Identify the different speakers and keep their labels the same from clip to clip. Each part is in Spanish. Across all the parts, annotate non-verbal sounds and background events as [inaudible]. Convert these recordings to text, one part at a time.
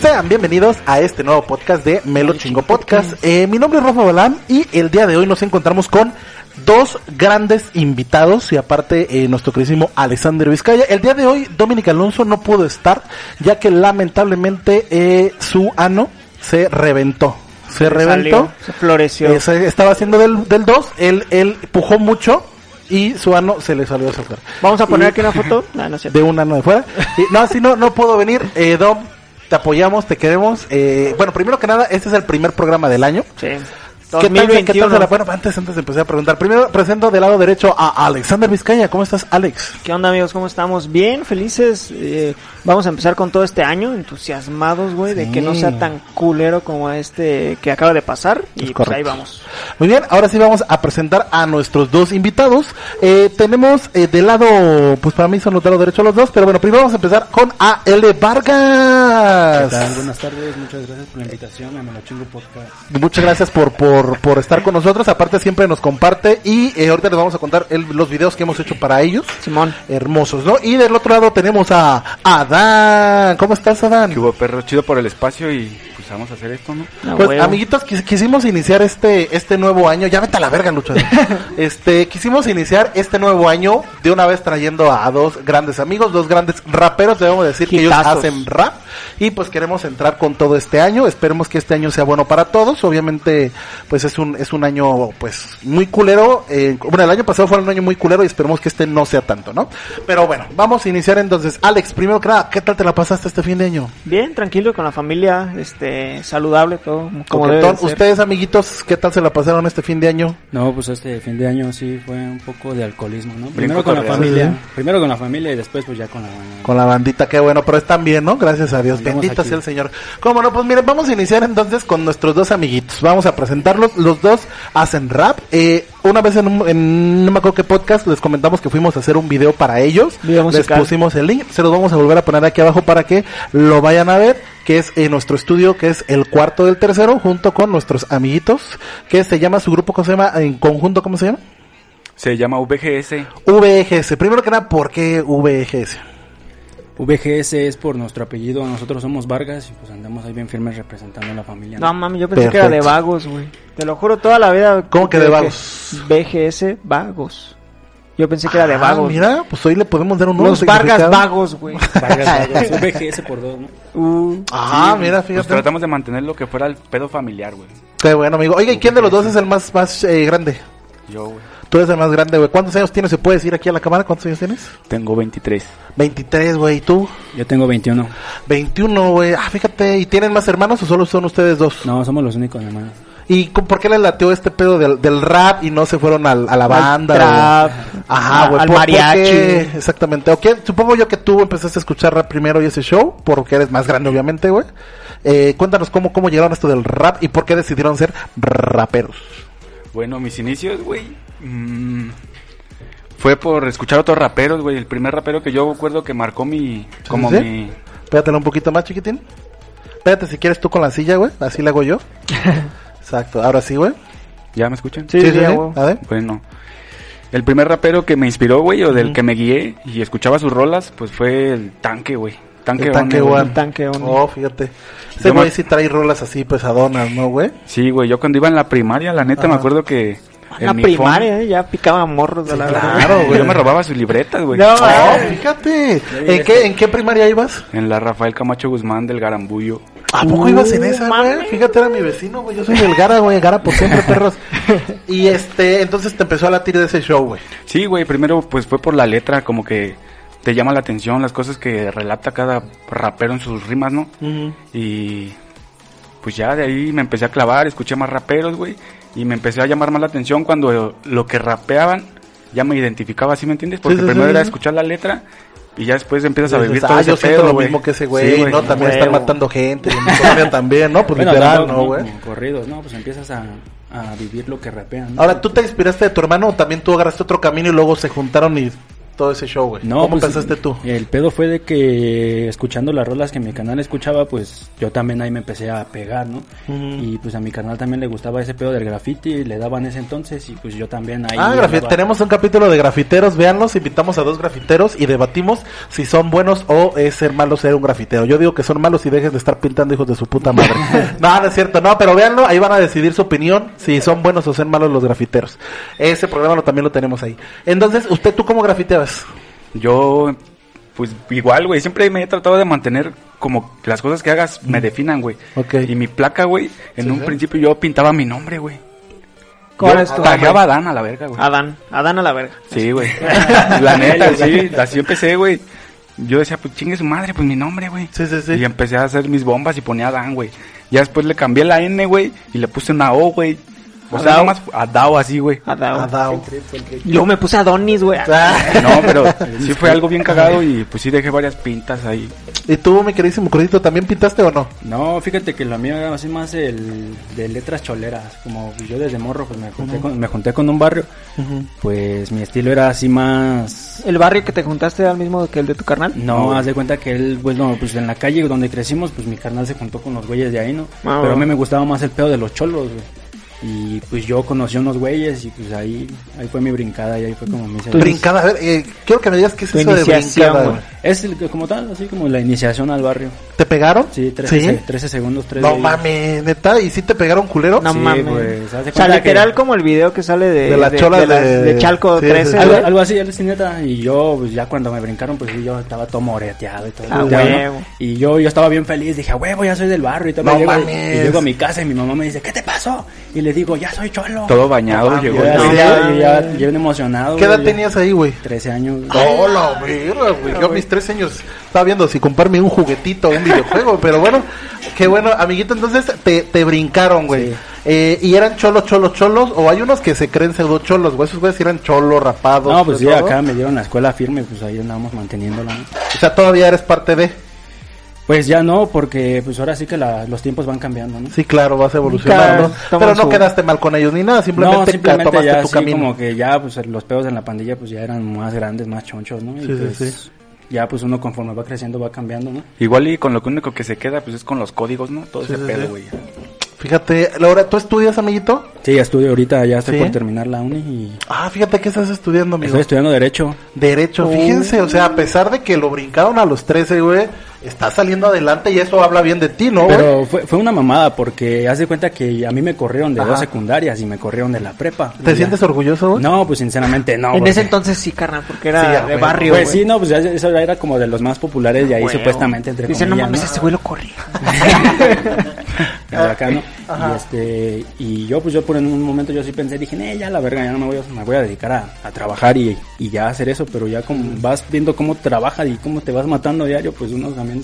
Speaker 1: Sean bienvenidos a este nuevo podcast de Melo Chingo Podcast. Eh, mi nombre es Rafa Balán y el día de hoy nos encontramos con dos grandes invitados y aparte eh, nuestro queridísimo Alexander Vizcaya. El día de hoy Dominic Alonso no pudo estar ya que lamentablemente eh, su ano se reventó. Se reventó.
Speaker 2: Salió, se floreció.
Speaker 1: Eh, se estaba haciendo del, del 2, él, él pujó mucho y su ano se le salió hacia afuera.
Speaker 2: Vamos a poner
Speaker 1: Y-
Speaker 2: aquí
Speaker 1: [laughs]
Speaker 2: una foto. No, no es cierto.
Speaker 1: de un ano de fuera. Y, no, si no, no puedo venir. Eh, Dom, te apoyamos, te queremos. Eh, bueno, primero que nada, este es el primer programa del año.
Speaker 2: Sí.
Speaker 1: ¿Qué tal, qué tal se la-
Speaker 2: 2021.
Speaker 1: Bueno, antes, antes de empezar a preguntar, primero presento del lado derecho a Alexander Vizcaya. ¿Cómo estás, Alex?
Speaker 2: ¿Qué onda, amigos? ¿Cómo estamos? Bien, felices. eh, vamos a empezar con todo este año. Entusiasmados, güey, de
Speaker 1: Sí.
Speaker 2: que no sea tan culero como este que acaba de pasar.
Speaker 1: Es
Speaker 2: Y pues
Speaker 1: correcto.
Speaker 2: ahí vamos.
Speaker 1: Muy bien, ahora sí vamos a presentar a nuestros dos invitados. Eh, tenemos eh, del lado, pues para mí son los del lado derecho los dos, pero bueno, primero vamos a empezar con A.L. Vargas.
Speaker 3: ¿Qué tal? Buenas tardes, muchas gracias por la invitación a Melochingo Podcast.
Speaker 1: Muchas gracias por, por, por estar con nosotros. Aparte, siempre nos comparte. Y eh, ahorita les vamos a contar el- los videos que hemos hecho para ellos.
Speaker 2: Simón.
Speaker 1: Hermosos, ¿no? Y del otro lado tenemos a Adán. ¿Cómo estás, Adán?
Speaker 4: Que hubo perro chido por el espacio y pues vamos a hacer esto, ¿no?
Speaker 2: a
Speaker 1: Pues
Speaker 2: Ah, huevo.
Speaker 1: amiguitos, quis- quisimos iniciar este, este nuevo año, ya vete a la verga
Speaker 2: [laughs]
Speaker 1: Lucho. este, quisimos iniciar este nuevo año de una vez trayendo a dos grandes amigos, dos grandes raperos, debemos decir que ellos
Speaker 2: Hitazos.
Speaker 1: hacen rap y pues queremos entrar con todo este año, esperemos que este año sea bueno para todos, obviamente pues es un, es un año pues muy culero, eh, bueno el año pasado fue un año muy culero y esperemos que este no sea tanto, ¿no? Pero bueno, vamos a iniciar entonces, Alex, primero que nada, ¿qué tal te la pasaste este fin de año?
Speaker 2: Bien, tranquilo, con la familia. este Saludable, todo. Como debe de
Speaker 1: Coquetón.
Speaker 2: ser.
Speaker 1: ustedes amiguitos, ¿qué tal se la pasaron este fin de año?
Speaker 3: No, pues este fin de año sí fue un poco de alcoholismo, ¿no? Primero con la
Speaker 4: cotorreado.
Speaker 3: familia, primero con la familia y después pues ya con la
Speaker 1: Con la bandita, qué bueno, pero están bien, ¿no? Gracias a Dios,
Speaker 3: Andamos
Speaker 1: bendito
Speaker 3: aquí.
Speaker 1: sea el Señor. Cómo no, pues miren, vamos a iniciar entonces con nuestros dos amiguitos. Vamos a presentarlos, los dos hacen rap. Eh, una vez en, un, en- no me acuerdo qué podcast, les comentamos que fuimos a hacer un video para ellos.
Speaker 2: Video
Speaker 1: les
Speaker 2: musical.
Speaker 1: pusimos el link, se los vamos a volver a poner aquí abajo para que lo vayan a ver, que es en nuestro estudio, que es el cuarto del tercero, junto con nuestros amiguitos, que se llama, su grupo, ¿cómo se llama? En conjunto, ¿cómo se llama?
Speaker 4: Se llama VGS.
Speaker 1: VGS. Primero que nada, ¿por qué VGS?
Speaker 3: VGS es por nuestro apellido, nosotros somos Vargas y pues andamos ahí bien firmes representando a la familia.
Speaker 2: No,
Speaker 3: ¿no?
Speaker 2: mami, yo pensé que era de
Speaker 1: Perfecto.
Speaker 2: vagos, güey. Te lo juro, toda la vida.
Speaker 1: ¿Cómo que de
Speaker 2: creí
Speaker 1: vagos?
Speaker 2: VGS, vagos. Yo pensé que era de
Speaker 1: Ah,
Speaker 2: vagos.
Speaker 1: mira, pues hoy le podemos dar un nuevo
Speaker 2: Los Vargas
Speaker 1: significado.
Speaker 2: vagos, [laughs] güey.
Speaker 3: [laughs] Vargas, Vargas, VGS por dos, ¿no?
Speaker 2: Uh,
Speaker 1: Ah, mira,
Speaker 4: Pues
Speaker 1: fíjate.
Speaker 4: tratamos de mantener lo que fuera el pedo familiar, güey.
Speaker 1: Qué bueno, amigo. Oiga, ¿y quién de los dos es el más, más eh, grande?
Speaker 4: Yo, güey.
Speaker 1: Tú eres el más grande, güey. ¿Cuántos años tienes? ¿Se puede decir aquí a la cámara cuántos años tienes?
Speaker 4: Tengo 23.
Speaker 1: 23, güey. ¿Y tú?
Speaker 3: Yo tengo 21.
Speaker 1: 21, güey. Ah, fíjate. ¿Y tienen más hermanos o solo son ustedes dos?
Speaker 3: No, somos los únicos hermanos.
Speaker 1: ¿Y cu- por qué les lateó este pedo del, del rap y no se fueron al- a la
Speaker 2: Al
Speaker 1: banda?
Speaker 2: trap,
Speaker 1: güey? Ajá,
Speaker 2: a-
Speaker 1: güey.
Speaker 2: Ah, al
Speaker 1: ¿por- por qué?
Speaker 2: mariachi.
Speaker 1: Exactamente. Ok, Supongo yo que tú empezaste a escuchar rap primero y ese show, porque eres más grande, obviamente, güey. Eh, cuéntanos cómo, cómo llegaron a esto del rap y por qué decidieron ser raperos.
Speaker 4: Bueno, mis inicios, güey. mm, fue por escuchar otros raperos, güey. El primer rapero que yo recuerdo que marcó mi. Como
Speaker 1: ¿Sí?
Speaker 4: mi.
Speaker 1: Pégatelo un poquito más, chiquitín. Pégate si quieres tú con la silla, güey. Así la hago
Speaker 2: [laughs]
Speaker 1: yo. Exacto. Ahora sí, güey.
Speaker 4: ¿Ya me escuchan?
Speaker 2: Sí, ya, güey.
Speaker 1: A ver.
Speaker 4: Bueno. El primer rapero que me inspiró, güey, o del que me guié y escuchaba sus rolas, pues fue el tanque, güey. Tanque,
Speaker 1: El Tanque
Speaker 4: One, güey.
Speaker 1: One.
Speaker 2: el tanque, hombre.
Speaker 1: Oh, fíjate. Ese
Speaker 4: Yo me-
Speaker 1: güey sí trae rolas así pesadonas, ¿no, güey?
Speaker 4: Sí, güey, yo cuando iba en la primaria, la neta,
Speaker 1: Ajá.
Speaker 4: me acuerdo que... en
Speaker 2: la
Speaker 4: mi
Speaker 2: primaria, eh, ya picaba morros de la
Speaker 4: phone-
Speaker 2: verdad.
Speaker 4: Claro, güey, yo me robaba sus libretas, güey.
Speaker 2: No,
Speaker 1: Oh,
Speaker 2: mames.
Speaker 1: fíjate. ¿En qué, ¿En qué primaria ibas?
Speaker 4: En la Rafael Camacho Guzmán del Garambullo.
Speaker 1: ¿A poco
Speaker 2: Uh,
Speaker 1: ibas en esa, güey?
Speaker 2: mames.
Speaker 1: Fíjate, era mi vecino, güey. Yo soy del Gara, güey. Gara por siempre, perros. Y este, entonces te empezó a latir de ese show, güey.
Speaker 4: Sí, güey, primero pues fue por la letra, como que te llama la atención las cosas que relata cada rapero en sus rimas, ¿no? Y pues ya de ahí me empecé a clavar, escuché más raperos, güey, y me empecé a llamar más la atención cuando lo que rapeaban ya me identificaba, ¿sí me entiendes? Porque
Speaker 1: Sí, sí,
Speaker 4: primero
Speaker 1: sí,
Speaker 4: era
Speaker 1: sí.
Speaker 4: escuchar la letra y ya después empiezas a
Speaker 1: Dices,
Speaker 4: vivir todo
Speaker 1: ah,
Speaker 4: ese
Speaker 1: yo siento
Speaker 4: pedo,
Speaker 1: lo
Speaker 4: güey.
Speaker 1: mismo que ese güey,
Speaker 4: Sí,
Speaker 1: ¿no? También están
Speaker 2: huevo.
Speaker 1: matando gente. En mi colonia también, ¿no? Pues
Speaker 3: Bueno,
Speaker 1: literal,
Speaker 3: tampoco,
Speaker 1: ¿no, güey?
Speaker 3: Como Corridos, ¿no? Pues empiezas a, a vivir lo que rapean. ¿no?
Speaker 1: Ahora, ¿tú te inspiraste de tu hermano o también tú agarraste otro camino y luego se juntaron y todo ese show, güey?
Speaker 5: No,
Speaker 1: ¿Cómo
Speaker 5: pues,
Speaker 1: pensaste tú?
Speaker 5: El pedo fue de que escuchando las rolas que mi canal escuchaba, pues yo también ahí me empecé a pegar, ¿no?
Speaker 1: Ujú.
Speaker 5: Y pues a mi canal también le gustaba ese pedo del graffiti, le daban ese entonces y pues yo también ahí...
Speaker 1: Ah, grafi-
Speaker 5: andaba.
Speaker 1: tenemos un capítulo de grafiteros, véanlos, invitamos a dos grafiteros y debatimos si son buenos o es ser malo ser un grafitero. Yo digo que son malos y dejen de estar pintando hijos de su puta
Speaker 5: [laughs]
Speaker 1: madre. no, no es cierto, no, pero véanlo, ahí van a decidir su opinión, si son buenos o son malos los grafiteros. Ese programa lo, también lo tenemos ahí. Entonces, ¿usted tú cómo grafiteas?
Speaker 4: Yo, pues igual, güey, siempre me he tratado de mantener como que las cosas que hagas me definan, güey.
Speaker 1: Mm. Ok.
Speaker 4: Y mi placa, güey, en un principio yo pintaba mi nombre, güey.
Speaker 2: ¿Cuál
Speaker 4: Yo
Speaker 2: es tu
Speaker 4: Tagueaba a
Speaker 1: Ah,
Speaker 2: nombre?
Speaker 4: Dan a la verga, güey.
Speaker 2: Adán, Adán a la verga.
Speaker 4: Ah, Sí, [laughs] güey. la neta, sí, así empecé, güey. Yo decía, pues chingue su madre, pues mi nombre, güey.
Speaker 1: Sí, sí, sí.
Speaker 4: Y empecé a hacer mis bombas y ponía Dan, güey. Ya después le cambié la N, güey, y le puse una O, güey. O sea,
Speaker 2: Adao.
Speaker 4: nomás a Dao así, güey.
Speaker 2: Adán.
Speaker 1: Adao.
Speaker 2: Yo me puse Adonis, güey.
Speaker 1: [laughs] Ah,
Speaker 4: No, [laughs] pero sí fue algo bien cagado y pues sí dejé varias pintas ahí.
Speaker 1: ¿Y tú, mi queridísimo crudito, también pintaste o no?
Speaker 5: No, fíjate que lo mío era así más el de letras choleras, como yo desde morro pues me junté, con, me junté con un barrio, pues mi estilo era así más...
Speaker 2: ¿El barrio que te juntaste era el mismo que el de tu carnal?
Speaker 5: No, haz de cuenta que él, pues no, pues en la calle donde crecimos, pues mi carnal se juntó con los güeyes de ahí, ¿no?
Speaker 2: Ah,
Speaker 5: Pero a mí
Speaker 2: bueno.
Speaker 5: me gustaba más el pedo de los cholos, güey. Y pues yo conocí unos güeyes y pues ahí, ahí fue mi brincada y ahí fue como me hice...
Speaker 1: Brincada, a ver, eh, quiero que me digas qué es
Speaker 2: Tu
Speaker 1: eso de
Speaker 2: iniciación,
Speaker 1: brincada.
Speaker 2: güey.
Speaker 1: güey.
Speaker 5: Es el que- como tal, así como la iniciación al barrio.
Speaker 1: ¿Te pegaron?
Speaker 5: Sí, 13, se- 13 segundos, 3
Speaker 1: No mames, neta, ¿y si te pegaron culero?
Speaker 2: No
Speaker 5: Sí,
Speaker 2: mames.
Speaker 5: pues, haz de
Speaker 2: o sea,
Speaker 5: cuenta
Speaker 2: literal
Speaker 5: que-
Speaker 2: como el video que sale de,
Speaker 1: De la chola
Speaker 2: la-
Speaker 1: de-
Speaker 2: de Chalco
Speaker 1: sí, sí,
Speaker 2: 13.
Speaker 1: sí.
Speaker 5: Algo,
Speaker 2: güey.
Speaker 5: algo así, él sí, neta. Y yo, pues ya cuando me brincaron, pues sí, yo estaba todo moreteado y todo.
Speaker 2: Ah,
Speaker 5: volteado, ¿no?
Speaker 2: huevo.
Speaker 5: Y yo, yo estaba bien feliz, dije, "A huevo, ya soy del barrio y todo.
Speaker 1: No
Speaker 5: llego,
Speaker 1: mames.
Speaker 5: y llego a mi casa y mi mamá me dice, ¿qué te pasó? Y le digo, ya soy cholo.
Speaker 4: Todo bañado
Speaker 1: mames,
Speaker 5: Yo
Speaker 4: llegó.
Speaker 5: Ah, ya,
Speaker 1: No
Speaker 5: sí, ya,
Speaker 1: mames.
Speaker 5: ya- ya bien emocionado.
Speaker 1: ¿Qué edad
Speaker 5: güey,
Speaker 1: tenías Ah, ahí, güey?
Speaker 5: 13 años. güey.
Speaker 1: No, la verga, güey. Yo a mis tres años estaba viendo si comprarme un juguetito o un videojuego, pero bueno, qué bueno, amiguito, entonces te, te brincaron, güey.
Speaker 5: Sí.
Speaker 1: Eh, ¿Y eran cholos, cholos, cholos? ¿O hay unos que se creen pseudo cholos, güey? Esos güeyes eran cholos, rapados.
Speaker 5: No, pues
Speaker 1: de
Speaker 5: sí,
Speaker 1: todo.
Speaker 5: acá me dieron la escuela firme, pues ahí andábamos manteniéndola. ¿no?
Speaker 1: O sea, todavía eres parte de.
Speaker 5: Pues ya no, porque pues ahora sí que la- los tiempos van cambiando, ¿no?
Speaker 1: Sí, claro, vas evolucionando.
Speaker 2: Nunca
Speaker 1: ¿no?
Speaker 2: toman
Speaker 1: Pero no
Speaker 2: su-
Speaker 1: quedaste mal con ellos ni nada, simplemente,
Speaker 5: No, simplemente
Speaker 1: tomaste
Speaker 5: ya
Speaker 1: tu
Speaker 5: así
Speaker 1: camino.
Speaker 5: como que ya pues los pedos en la pandilla pues ya eran más grandes, más chonchos, ¿no? Y
Speaker 1: Sí, sí,
Speaker 5: pues,
Speaker 1: sí.
Speaker 5: Ya pues uno conforme va creciendo va cambiando, ¿no?
Speaker 4: Igual y con lo que único que se queda, pues es con los códigos, ¿no? Todo
Speaker 1: Sí,
Speaker 4: ese
Speaker 1: sí, sí.
Speaker 4: pedo, güey.
Speaker 1: Fíjate, Laura, ¿tú estudias, amiguito?
Speaker 5: Sí, ya estudio ahorita, ya estoy
Speaker 1: ¿Sí?
Speaker 5: por terminar la uni y
Speaker 1: Ah, fíjate que estás estudiando, amigo.
Speaker 5: estoy estudiando Derecho.
Speaker 1: Derecho, fíjense, o sea, a pesar de que lo brincaron a los 13, güey, está saliendo adelante y eso habla bien de ti, ¿no, güey?
Speaker 5: Pero fue, fue una mamada porque haz de cuenta que a mí me corrieron de
Speaker 1: Ajá.
Speaker 5: dos secundarias y me corrieron de la prepa.
Speaker 1: ¿Te
Speaker 5: Y
Speaker 1: sientes
Speaker 5: ya-
Speaker 1: orgulloso, güey?
Speaker 5: No, pues sinceramente no.
Speaker 2: en
Speaker 5: porque-
Speaker 2: ese entonces sí, carnal, porque era
Speaker 1: Sí, a
Speaker 2: de
Speaker 1: huevo.
Speaker 2: barrio,
Speaker 5: Pues
Speaker 2: güey.
Speaker 5: sí, no, pues ya- eso era como de los más populares y ahí
Speaker 2: Huevo.
Speaker 5: supuestamente entre
Speaker 2: Dice, no
Speaker 5: comillas,
Speaker 2: mames,
Speaker 5: ¿no?
Speaker 2: ese güey lo corría.
Speaker 5: Por acá, ¿no?
Speaker 2: Ah,
Speaker 5: Y este, y yo pues yo por en un momento yo sí pensé, dije, "Nee, ya la verga, ya no me voy a, me voy a dedicar a, a trabajar y, y ya hacer eso, pero ya como vas viendo cómo trabajas y cómo te vas matando diario, pues uno también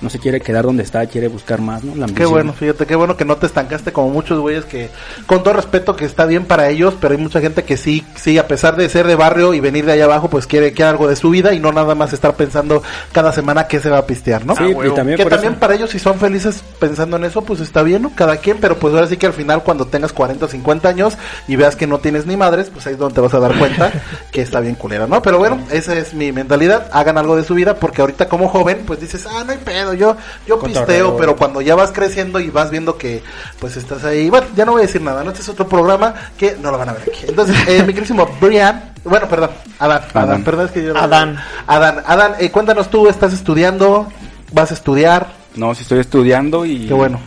Speaker 5: no se quiere quedar donde está, quiere buscar más, ¿no? La
Speaker 1: Qué
Speaker 5: ambición.
Speaker 1: bueno, fíjate, qué bueno que no te estancaste como muchos güeyes que, con todo respeto, que está bien para ellos, pero hay mucha gente que sí, sí, a pesar de ser de barrio y venir de allá abajo, pues quiere, quiere algo de su vida y no nada más estar pensando cada semana que se va a pistear, ¿no?
Speaker 5: Sí, y también
Speaker 1: que
Speaker 5: por
Speaker 1: también
Speaker 5: eso-
Speaker 1: para ellos si son felices pensando en eso, pues está bien, ¿no? Cada quien, pero pues ahora sí que al final cuando tengas 40 o 50 años y veas que no tienes ni madres, pues ahí es donde te vas a dar cuenta que está bien culera, ¿no? Pero bueno, esa es mi mentalidad, hagan algo de su vida porque ahorita como joven pues dices, ah, no hay pedo, yo, yo
Speaker 5: Cotorreo.
Speaker 1: pisteo, pero cuando ya vas creciendo y vas viendo que pues estás ahí, bueno, ya no voy a decir nada, ¿no? Este es otro programa que no lo van a ver aquí. Entonces, eh, mi querísimo Brian, bueno, perdón, Adán, Adán,
Speaker 4: Adán.
Speaker 1: perdón, es que yo...
Speaker 2: Adán.
Speaker 1: Adán, Adán, eh, cuéntanos tú, estás estudiando, vas a estudiar.
Speaker 4: No, sí estoy estudiando y.
Speaker 1: Qué bueno.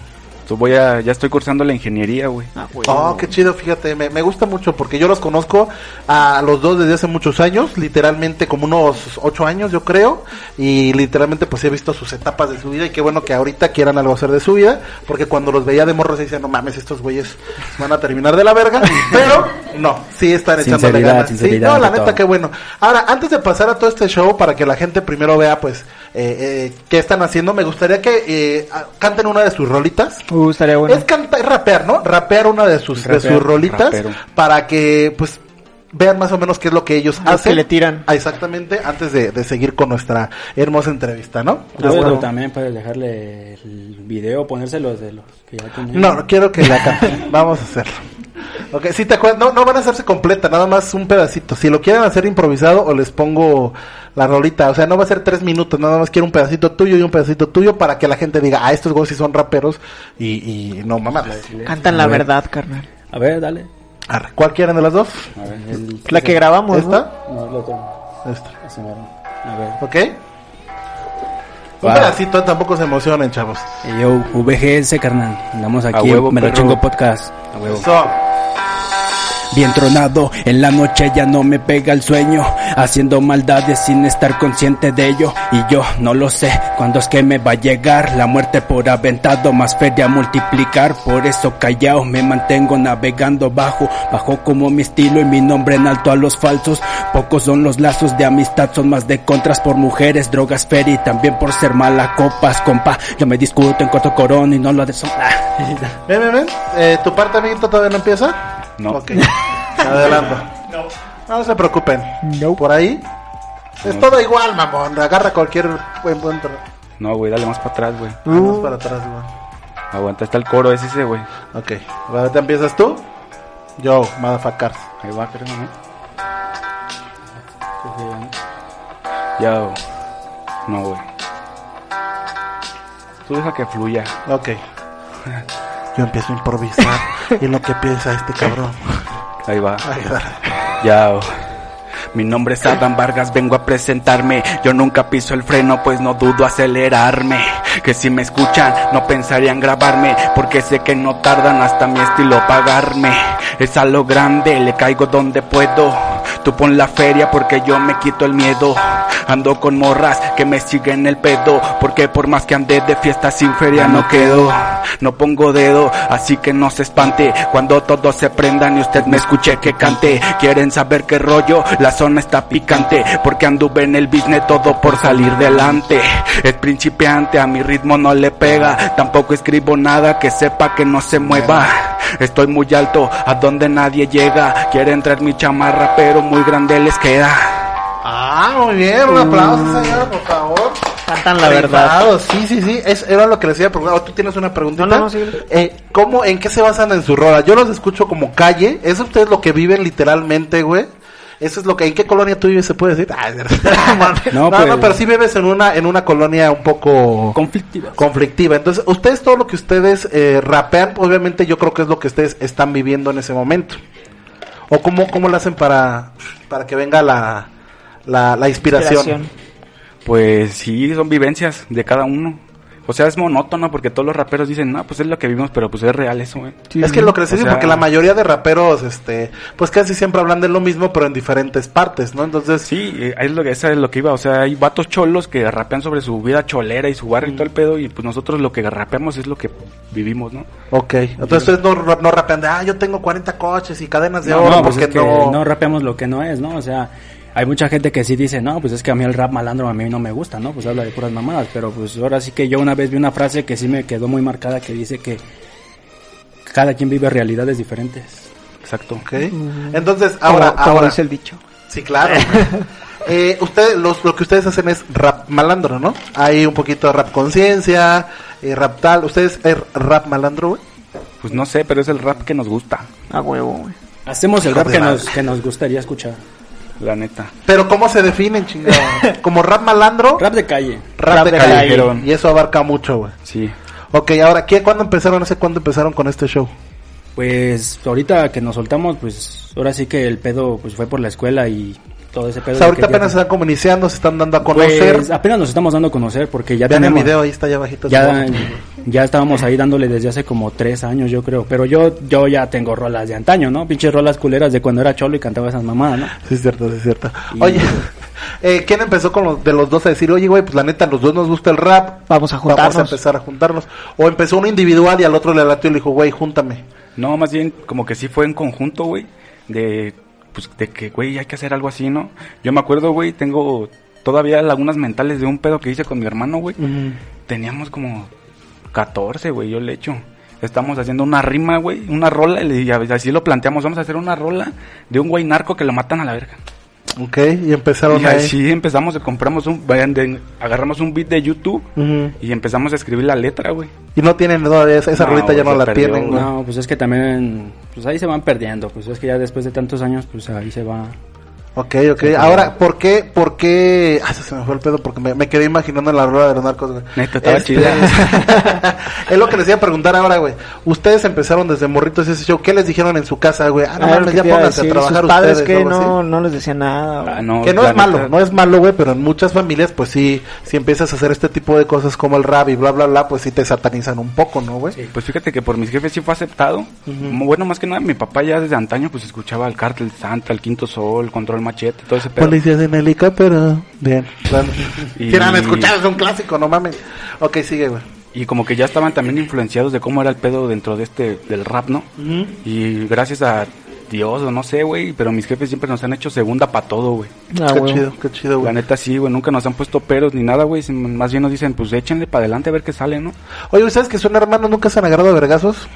Speaker 4: Tú voy a, ya estoy cursando la ingeniería, güey.
Speaker 2: Ah, güey.
Speaker 1: Oh, qué chido, fíjate, me, me gusta mucho porque yo los conozco a los dos desde hace muchos años, literalmente como unos ocho años yo creo, y literalmente pues he visto sus etapas de su vida y qué bueno que ahorita quieran algo hacer de su vida, porque cuando los veía de morros se decía, no mames, estos güeyes van a terminar de la verga, pero no, sí están echándole
Speaker 5: Sinceridad,
Speaker 1: ganas. Sí,
Speaker 5: sinceridad
Speaker 1: no, la
Speaker 5: ante
Speaker 1: neta,
Speaker 5: todo.
Speaker 1: qué bueno. Ahora, antes de pasar a todo este show, para que la gente primero vea pues eh, eh, qué están haciendo, me gustaría que eh, a- canten una de sus rolitas.
Speaker 2: Uh, estaría bueno.
Speaker 1: Es cantar, es rapear, ¿no? Rapear una de sus, de
Speaker 4: Rapear,
Speaker 1: sus rolitas
Speaker 4: rapero.
Speaker 1: para que, pues, vean más o menos qué es lo que ellos
Speaker 2: Lo
Speaker 1: hacen.
Speaker 2: que le tiran.
Speaker 1: Ah, Exactamente, antes de, de seguir con nuestra hermosa entrevista, ¿no?
Speaker 5: Ah, bueno,
Speaker 1: Bueno,
Speaker 5: también puedes dejarle el video, ponérselo de los que ya tienen.
Speaker 1: no, no quiero que la canten. [laughs] Vamos a hacerlo. Ok, sí te acuerdas. No, no van a hacerse completa, nada más un pedacito. Si lo quieren hacer improvisado o les pongo la rolita. O sea, no va a ser tres minutos, nada más quiero un pedacito tuyo y un pedacito tuyo para que la gente diga, ah, estos güeyes sí son raperos y, y no mamadas.
Speaker 2: Cantan la verdad, carnal.
Speaker 5: A ver, dale.
Speaker 1: Arre, ¿Cuál quieren de las dos?
Speaker 5: A ver, el...
Speaker 2: La que grabamos, ¿no?
Speaker 1: ¿Esta?
Speaker 5: No, el otro.
Speaker 1: Esta.
Speaker 5: Ese mero. A ver.
Speaker 1: ¿Ok? Un
Speaker 5: Va.
Speaker 1: pedacito, tampoco se emocionen, chavos.
Speaker 5: Hey, Yo, VGS, carnal. Andamos aquí,
Speaker 4: huevo,
Speaker 5: me lo
Speaker 4: perro.
Speaker 5: chingo podcast.
Speaker 1: Ah,
Speaker 5: A huevo.
Speaker 1: Eso.
Speaker 5: Bien tronado, en la noche ya no me pega el sueño, haciendo maldades sin estar consciente de ello. Y yo no lo sé, cuándo es que me va a llegar la muerte por aventado, más feria a multiplicar. Por eso callao, me mantengo navegando bajo, bajo como mi estilo y mi nombre en alto a los falsos. Pocos son los lazos de amistad, son más de contras por mujeres, drogas, feria y también por ser mala copas, compa. Yo me discuto en cuatro corón y no lo de
Speaker 1: Ven, ven, ven. Eh, ¿Tu parte, amiguito, todavía no empieza?
Speaker 4: No.
Speaker 1: Ok. Adelante. No. se preocupen. Por ahí. Es todo igual, mamón. Agarra cualquier buen buen tra-
Speaker 4: No, güey, dale más para atrás, güey.
Speaker 1: Vamos para atrás, güey.
Speaker 4: Aguanta hasta el coro, es ese, güey.
Speaker 1: Ok. ¿Te empiezas tú? Yo, motherfuckers.
Speaker 4: Ahí va, creo, ¿no? Ya, güey. no, güey. Tú deja que fluya.
Speaker 1: Ok. Yo empiezo a improvisar y lo que piensa este cabrón.
Speaker 4: Ahí va.
Speaker 1: Ay, agarra.
Speaker 4: Yao. Mi nombre es Adam Vargas, vengo a presentarme. Yo nunca piso el freno, pues no dudo acelerarme. Que si me escuchan, no pensarían grabarme, porque sé que no tardan hasta mi estilo pagarme. Es a lo grande, le caigo donde puedo. Tú pon la feria porque yo me quito el miedo. Ando con morras que me siguen el pedo, porque por más que ande de fiesta sin feria no quedo. No pongo dedo, así que no se espante cuando todos se prendan y usted me escuche que cante. Quieren saber qué rollo, la zona está picante, porque anduve en el business todo por salir delante. Es principiante, a mi ritmo no le pega, tampoco escribo nada que sepa que no se mueva. Estoy muy alto, a donde nadie llega. Quieren traer mi chamarra, pero muy grande les queda.
Speaker 1: Ah, muy bien. Un aplauso, señora, por favor.
Speaker 2: Cantan la verdad.
Speaker 1: Rifado, Sí, sí, sí. Es, era lo que les iba a preguntar. Oh, ¿Tú tienes una preguntita?
Speaker 2: No, no, no, sí.
Speaker 1: Eh, ¿Cómo, en qué se basan en su rola? Yo los escucho como calle. ¿Es ustedes lo que viven literalmente, güey? Eso es lo que... ¿En qué colonia tú vives? ¿Se puede decir? [laughs] Ay, no,
Speaker 2: [laughs]
Speaker 5: No,
Speaker 1: no,
Speaker 5: pues-
Speaker 1: no, pero sí vives en una, en una colonia un poco...
Speaker 5: Conflictiva.
Speaker 1: conflictiva. Entonces, ustedes todo lo que ustedes eh, rapean, pues, obviamente yo creo que es lo que ustedes están viviendo en ese momento. ¿O cómo, cómo lo hacen para, para que venga la, la, la inspiración?
Speaker 2: Inspiración.
Speaker 4: Pues sí, son vivencias de cada uno. O sea, es monótono porque todos los raperos dicen, no, pues es lo que vimos, pero pues es real eso, güey.
Speaker 1: Es que lo que les
Speaker 4: O
Speaker 1: digo,
Speaker 4: sea-
Speaker 1: porque la mayoría de raperos, este, pues casi siempre hablan de lo mismo, pero en diferentes partes, ¿no? Entonces,
Speaker 4: Sí, eh, es lo que, esa es lo que iba. O sea, hay vatos cholos que rapean sobre su vida cholera y su barrio y todo el pedo, y pues nosotros lo que rapeamos es lo que vivimos, ¿no?
Speaker 1: ok. Entonces ustedes no, ra- no rapean de, ah, yo tengo 40 coches y cadenas de
Speaker 5: No,
Speaker 1: oro,
Speaker 5: no, pues
Speaker 1: porque
Speaker 5: es que
Speaker 1: no...
Speaker 5: no... rapeamos lo que no es, ¿no? O sea, hay mucha gente que sí dice, no, pues es que a mí el rap malandro a mí no me gusta, ¿no? Pues habla de puras mamadas, pero pues ahora sí que yo una vez vi una frase que sí me quedó muy marcada que dice que cada quien vive realidades diferentes.
Speaker 4: Exacto.
Speaker 1: Ok. Entonces, ahora,
Speaker 2: Como- como
Speaker 1: ahora.
Speaker 2: dice el dicho.
Speaker 1: Sí,
Speaker 5: [laughs]
Speaker 1: claro. eh, ustedes, los, lo que ustedes hacen es rap malandro, ¿no? Hay un poquito de rap conciencia, eh, rap tal. ¿Ustedes es rap malandro, güey?
Speaker 4: Pues no sé, pero es el rap que nos gusta,
Speaker 2: A huevo, güey.
Speaker 5: Hacemos el
Speaker 1: Hijo
Speaker 5: rap
Speaker 1: de
Speaker 5: que
Speaker 1: madre.
Speaker 5: nos, que nos gustaría escuchar.
Speaker 4: la neta.
Speaker 1: Pero ¿cómo se definen,
Speaker 5: [laughs]
Speaker 1: chingado? ¿Como rap malandro? Rap,
Speaker 5: Rap de calle.
Speaker 1: de,
Speaker 2: de
Speaker 1: calle.
Speaker 4: callejero.
Speaker 1: Y eso abarca mucho, güey.
Speaker 4: Sí.
Speaker 1: Ok, ahora, ¿qué, ¿cuándo empezaron? No sé cuándo empezaron con este show.
Speaker 5: Pues ahorita que nos soltamos, pues ahora sí que el pedo pues fue por la escuela y todo ese pedo.
Speaker 1: O sea,
Speaker 5: de
Speaker 1: ahorita
Speaker 5: que ya-
Speaker 1: apenas se están como iniciando, se están dando a conocer.
Speaker 5: pues, apenas nos estamos dando a conocer porque ya
Speaker 1: Vean el
Speaker 5: tenemos...
Speaker 1: video, ahí está, allá abajito.
Speaker 5: Ya, ya estábamos ahí dándole desde hace como tres años, yo creo. Pero yo, yo ya tengo rolas de antaño, ¿no? Pinches rolas culeras de cuando era cholo y cantaba esas mamadas, ¿no?
Speaker 1: Sí, es cierto, sí, es cierto.
Speaker 5: Y-
Speaker 1: Oye, [laughs] eh, ¿quién empezó con los, de los dos a decir, oye, güey, pues la neta, los dos nos gusta el rap?
Speaker 2: Vamos a juntarnos.
Speaker 1: Vamos a empezar a juntarnos. O empezó uno individual y al otro le latió y le dijo, güey, júntame.
Speaker 4: No, más bien como que sí fue en conjunto, güey. De, pues, de que, güey, hay que hacer algo así, ¿no? Yo me acuerdo, güey, tengo todavía lagunas mentales de un pedo que hice con mi hermano, güey. Teníamos como 14, güey, yo le echo. Estamos haciendo una rima, güey, una rola, y le- y así lo planteamos. Vamos a hacer una rola de un güey narco que lo matan a la verga.
Speaker 1: Ok, y empezaron
Speaker 4: Y
Speaker 1: ahí.
Speaker 4: así empezamos, compramos un, vayan de- agarramos un beat de YouTube
Speaker 1: Ujú.
Speaker 4: y empezamos a escribir la letra, güey.
Speaker 1: Y no tienen todavía, esa, esa
Speaker 4: No,
Speaker 1: rolita ya
Speaker 4: güey,
Speaker 1: no
Speaker 4: se
Speaker 1: la
Speaker 4: perdió,
Speaker 1: tienen, güey.
Speaker 4: no.
Speaker 3: No, pues es que también, pues ahí se van perdiendo, pues es que ya después de tantos años, pues ahí se va.
Speaker 1: Ok, ok. Ahora, ¿por qué, por qué? Ah, se me fue el pedo porque me, me quedé imaginando la rueda de los narcos, güey.
Speaker 4: Neta, estaba
Speaker 1: chida. [laughs] es lo que les iba a preguntar ahora, güey. Ustedes empezaron desde morritos ese show. ¿Qué les dijeron en su casa, güey? Ah, no
Speaker 2: Ah, lo
Speaker 1: mames,
Speaker 2: que
Speaker 1: ya
Speaker 2: te iba a
Speaker 1: pónganse a
Speaker 2: decir,
Speaker 1: trabajar
Speaker 2: sus padres
Speaker 1: ustedes.
Speaker 2: que
Speaker 1: o algo así.
Speaker 2: no, no les decía nada. güey.
Speaker 4: Ah, no,
Speaker 1: que no
Speaker 4: la
Speaker 1: es malo,
Speaker 4: neta,
Speaker 1: no es malo, güey, pero en muchas familias, pues sí, si empiezas a hacer este tipo de cosas como el rap y bla, bla, bla, pues sí te satanizan un poco, ¿no, güey?
Speaker 4: Pues fíjate que por mis jefes sí fue aceptado. Mu- Bueno, más que nada, mi papá ya desde antaño pues escuchaba el Cártel Santa, el Quinto Sol, Control Machete, todo ese pedo.
Speaker 1: Policías en helicóptero. Bien.
Speaker 4: Y-
Speaker 1: Quieran escuchar, es un clásico, no mames. Ok, sigue, güey.
Speaker 4: Y como que ya estaban también influenciados de cómo era el pedo dentro de este, del rap, ¿no? Y gracias a Dios o no sé, güey, pero mis jefes siempre nos han hecho segunda para todo, güey.
Speaker 2: Ah,
Speaker 1: qué
Speaker 2: güey.
Speaker 1: chido, qué chido,
Speaker 4: La
Speaker 1: güey.
Speaker 4: neta sí, güey, nunca nos han puesto peros ni nada, güey. sin- Más bien nos dicen, pues échenle para adelante a ver qué sale, ¿no?
Speaker 1: Oye, ¿ustedes que son hermanos nunca se han agarrado a vergazos?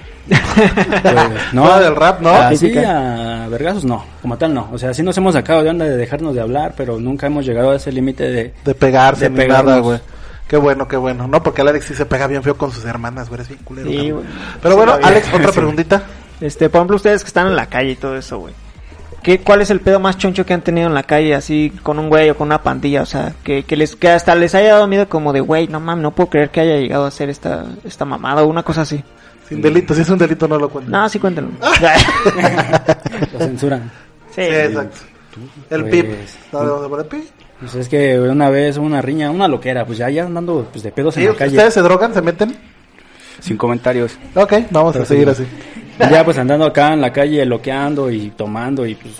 Speaker 1: [laughs]
Speaker 3: Pues,
Speaker 1: No, del rap, no.
Speaker 3: Así
Speaker 2: Típica.
Speaker 3: a vergazos no, como tal no. O sea, sí nos hemos sacado de onda de dejarnos de hablar, pero nunca hemos llegado a ese límite de...
Speaker 1: De pegarse,
Speaker 3: De
Speaker 1: ni
Speaker 3: pegarnos.
Speaker 1: nada, güey. Qué bueno, qué bueno. No, porque el Alex sí se pega bien feo con sus hermanas, güey. Eres bien culero.
Speaker 2: Sí,
Speaker 1: cabrón.
Speaker 2: güey.
Speaker 1: Pero
Speaker 2: Sí,
Speaker 1: bueno,
Speaker 2: la vi.
Speaker 1: Alex, otra preguntita.
Speaker 2: Este, por ejemplo, ustedes que están en la calle y todo eso, güey. ¿Qué, ¿Cuál es el pedo más choncho que han tenido en la calle, así con un güey o con una pandilla? O sea, que, que les que hasta les haya dado miedo como de, güey, no mames, no puedo creer que haya llegado a hacer esta, esta mamada o una cosa así.
Speaker 1: Sin delito, si es un delito no lo cuento.
Speaker 2: No,
Speaker 1: [laughs]
Speaker 2: sí, cuéntenlo.
Speaker 3: Lo censuran.
Speaker 1: Sí, exacto. El
Speaker 3: Pues,
Speaker 1: pip. ¿Sabes dónde pone el pip?
Speaker 3: Pues es que una vez hubo una riña, una loquera, pues ya, ya andando pues, de pedos
Speaker 1: Sí,
Speaker 3: en la calle.
Speaker 1: ¿Ustedes se drogan, se meten?
Speaker 4: Sin comentarios.
Speaker 1: Ok, vamos a
Speaker 3: Pero
Speaker 1: seguir
Speaker 3: sí.
Speaker 1: así.
Speaker 3: Y ya pues andando acá en la calle, loqueando y tomando y pues...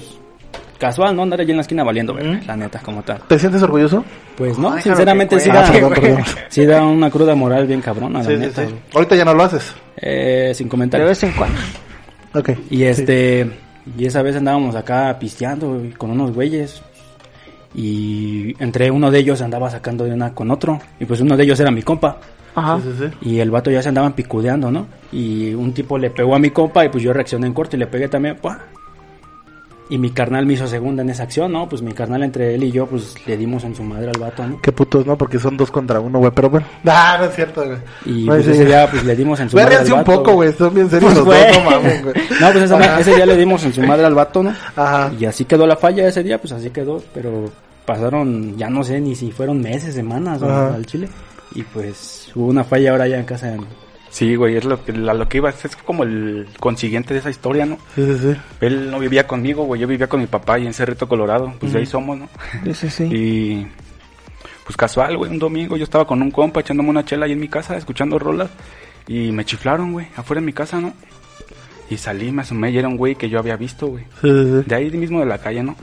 Speaker 3: Casual, ¿no? Andar allí en la esquina valiendo, verga, la neta, como tal.
Speaker 1: ¿Te sientes orgulloso?
Speaker 3: Pues no,
Speaker 2: déjalo
Speaker 3: sinceramente
Speaker 2: que
Speaker 3: sí
Speaker 2: cuele.
Speaker 3: da, [laughs]
Speaker 2: Ah, perdón, perdón.
Speaker 3: sí da una cruda moral bien cabrona, la
Speaker 1: Sí, sí,
Speaker 3: neta.
Speaker 1: sí.
Speaker 3: güey.
Speaker 1: Ahorita ya no lo haces.
Speaker 3: Eh, sin
Speaker 2: De
Speaker 3: comentarios.
Speaker 2: vez en cuando.
Speaker 1: Ok.
Speaker 3: Y este, y esa vez andábamos acá pisteando güey, con unos güeyes. Y entre uno de ellos andaba sacando de una con otro. Y pues uno de ellos era mi compa.
Speaker 2: Ajá.
Speaker 1: Sí, sí, sí.
Speaker 3: Y el vato ya se andaban picudeando, ¿no? Y un tipo le pegó a mi compa y pues yo reaccioné en corto y le pegué también, ¡pua! Y mi carnal me hizo segunda en esa acción, ¿no? Pues mi carnal entre él y yo, pues le dimos en su madre al vato, ¿no?
Speaker 1: Qué putos, ¿no? Porque son dos contra uno, güey. Pero bueno. [laughs] Ah, no es cierto, güey.
Speaker 3: Y
Speaker 1: No,
Speaker 3: pues
Speaker 1: sí. [laughs]
Speaker 3: ese día, pues le dimos en su madre al
Speaker 1: Vérganse un
Speaker 3: vato.
Speaker 1: poco,
Speaker 3: [laughs]
Speaker 1: güey. Son bien serios los
Speaker 2: Pues,
Speaker 1: dos,
Speaker 2: güey.
Speaker 1: no mames, güey.
Speaker 3: No, pues esa-
Speaker 1: Ajá.
Speaker 3: ese día le dimos en su madre al vato, ¿no?
Speaker 1: Ajá.
Speaker 3: Y así quedó la falla ese día, pues así quedó, pero pasaron, ya no sé ni si fueron meses, semanas ¿no?
Speaker 1: Ajá.
Speaker 3: al Chile. Y pues hubo una falla ahora ya en casa de mi-
Speaker 4: Sí, güey, es lo que, la- lo que iba, es como el consiguiente de esa historia, ¿no?
Speaker 1: Sí, sí, sí.
Speaker 4: Él no vivía conmigo, güey, yo vivía con mi papá y en Cerrito Colorado, pues de ahí somos, ¿no?
Speaker 2: Sí, sí, sí.
Speaker 4: Y pues casual, güey, un domingo yo estaba con un compa echándome una chela ahí en mi casa, escuchando rolas, y me chiflaron, güey, afuera de mi casa, ¿no? Y salí, me asomé y era un güey que yo había visto, güey.
Speaker 1: Sí, sí, sí.
Speaker 4: De ahí mismo de la calle, ¿no?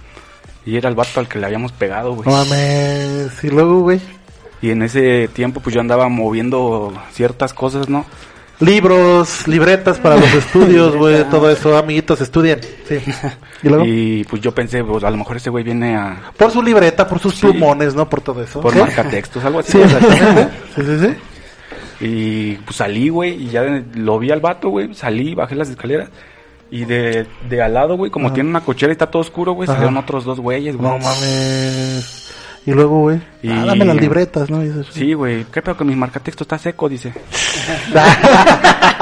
Speaker 4: Y era el vato al que le habíamos pegado, güey.
Speaker 1: No mames. Y luego, güey.
Speaker 4: Y en ese tiempo, pues yo andaba moviendo ciertas cosas, ¿no?
Speaker 1: Libros, libretas para
Speaker 4: [laughs]
Speaker 1: los estudios, güey. Todo eso, amiguitos, estudien. Sí. Y luego.
Speaker 4: Y pues yo pensé, pues a lo mejor ese güey viene a.
Speaker 1: Por su libreta, por sus plumones, ¿no? Por todo eso.
Speaker 4: por
Speaker 1: ¿Sí?
Speaker 4: marcatextos, algo
Speaker 1: [laughs]
Speaker 4: así.
Speaker 1: Sí,
Speaker 4: [laughs]
Speaker 1: exactamente. sí, sí, sí.
Speaker 4: Y pues salí, güey, y ya de- lo vi al vato, güey. Salí, bajé las escaleras. Y de, de al lado, güey, como tiene una cochera y está todo oscuro, güey,
Speaker 1: Ajá.
Speaker 4: salieron otros dos güeyes, güey.
Speaker 1: No mames. Y luego, güey.
Speaker 4: Y-
Speaker 1: Ah, dame las libretas, ¿no? Y eso,
Speaker 4: Sí, güey, ¿qué pedo que mi marcatexto está seco? Dice.
Speaker 1: [laughs]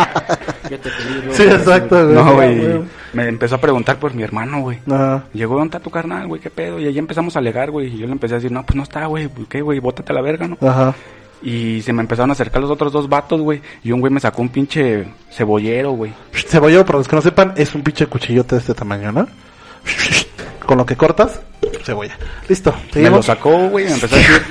Speaker 1: Sí, exacto, güey. Ah,
Speaker 4: No, güey. Me empezó a preguntar por mi hermano, güey.
Speaker 1: Ajá.
Speaker 4: Llegó, ¿dónde está tu carnal, güey? ¿Qué pedo? Y ahí empezamos a alegar, güey. Y yo le empecé a decir, no, pues no está, güey. ¿Qué, güey? Bótate a la verga, ¿no?
Speaker 1: Ajá.
Speaker 4: Y se me empezaron a acercar los otros dos vatos, güey. Y un güey me sacó un pinche cebollero, güey.
Speaker 1: Cebollero, para los que no sepan, es un pinche cuchillote de este tamaño, ¿no? [laughs] Con lo que cortas, cebolla. Listo.
Speaker 4: Me lo
Speaker 1: seguimos.
Speaker 4: sacó, güey. y Me empezó a decir,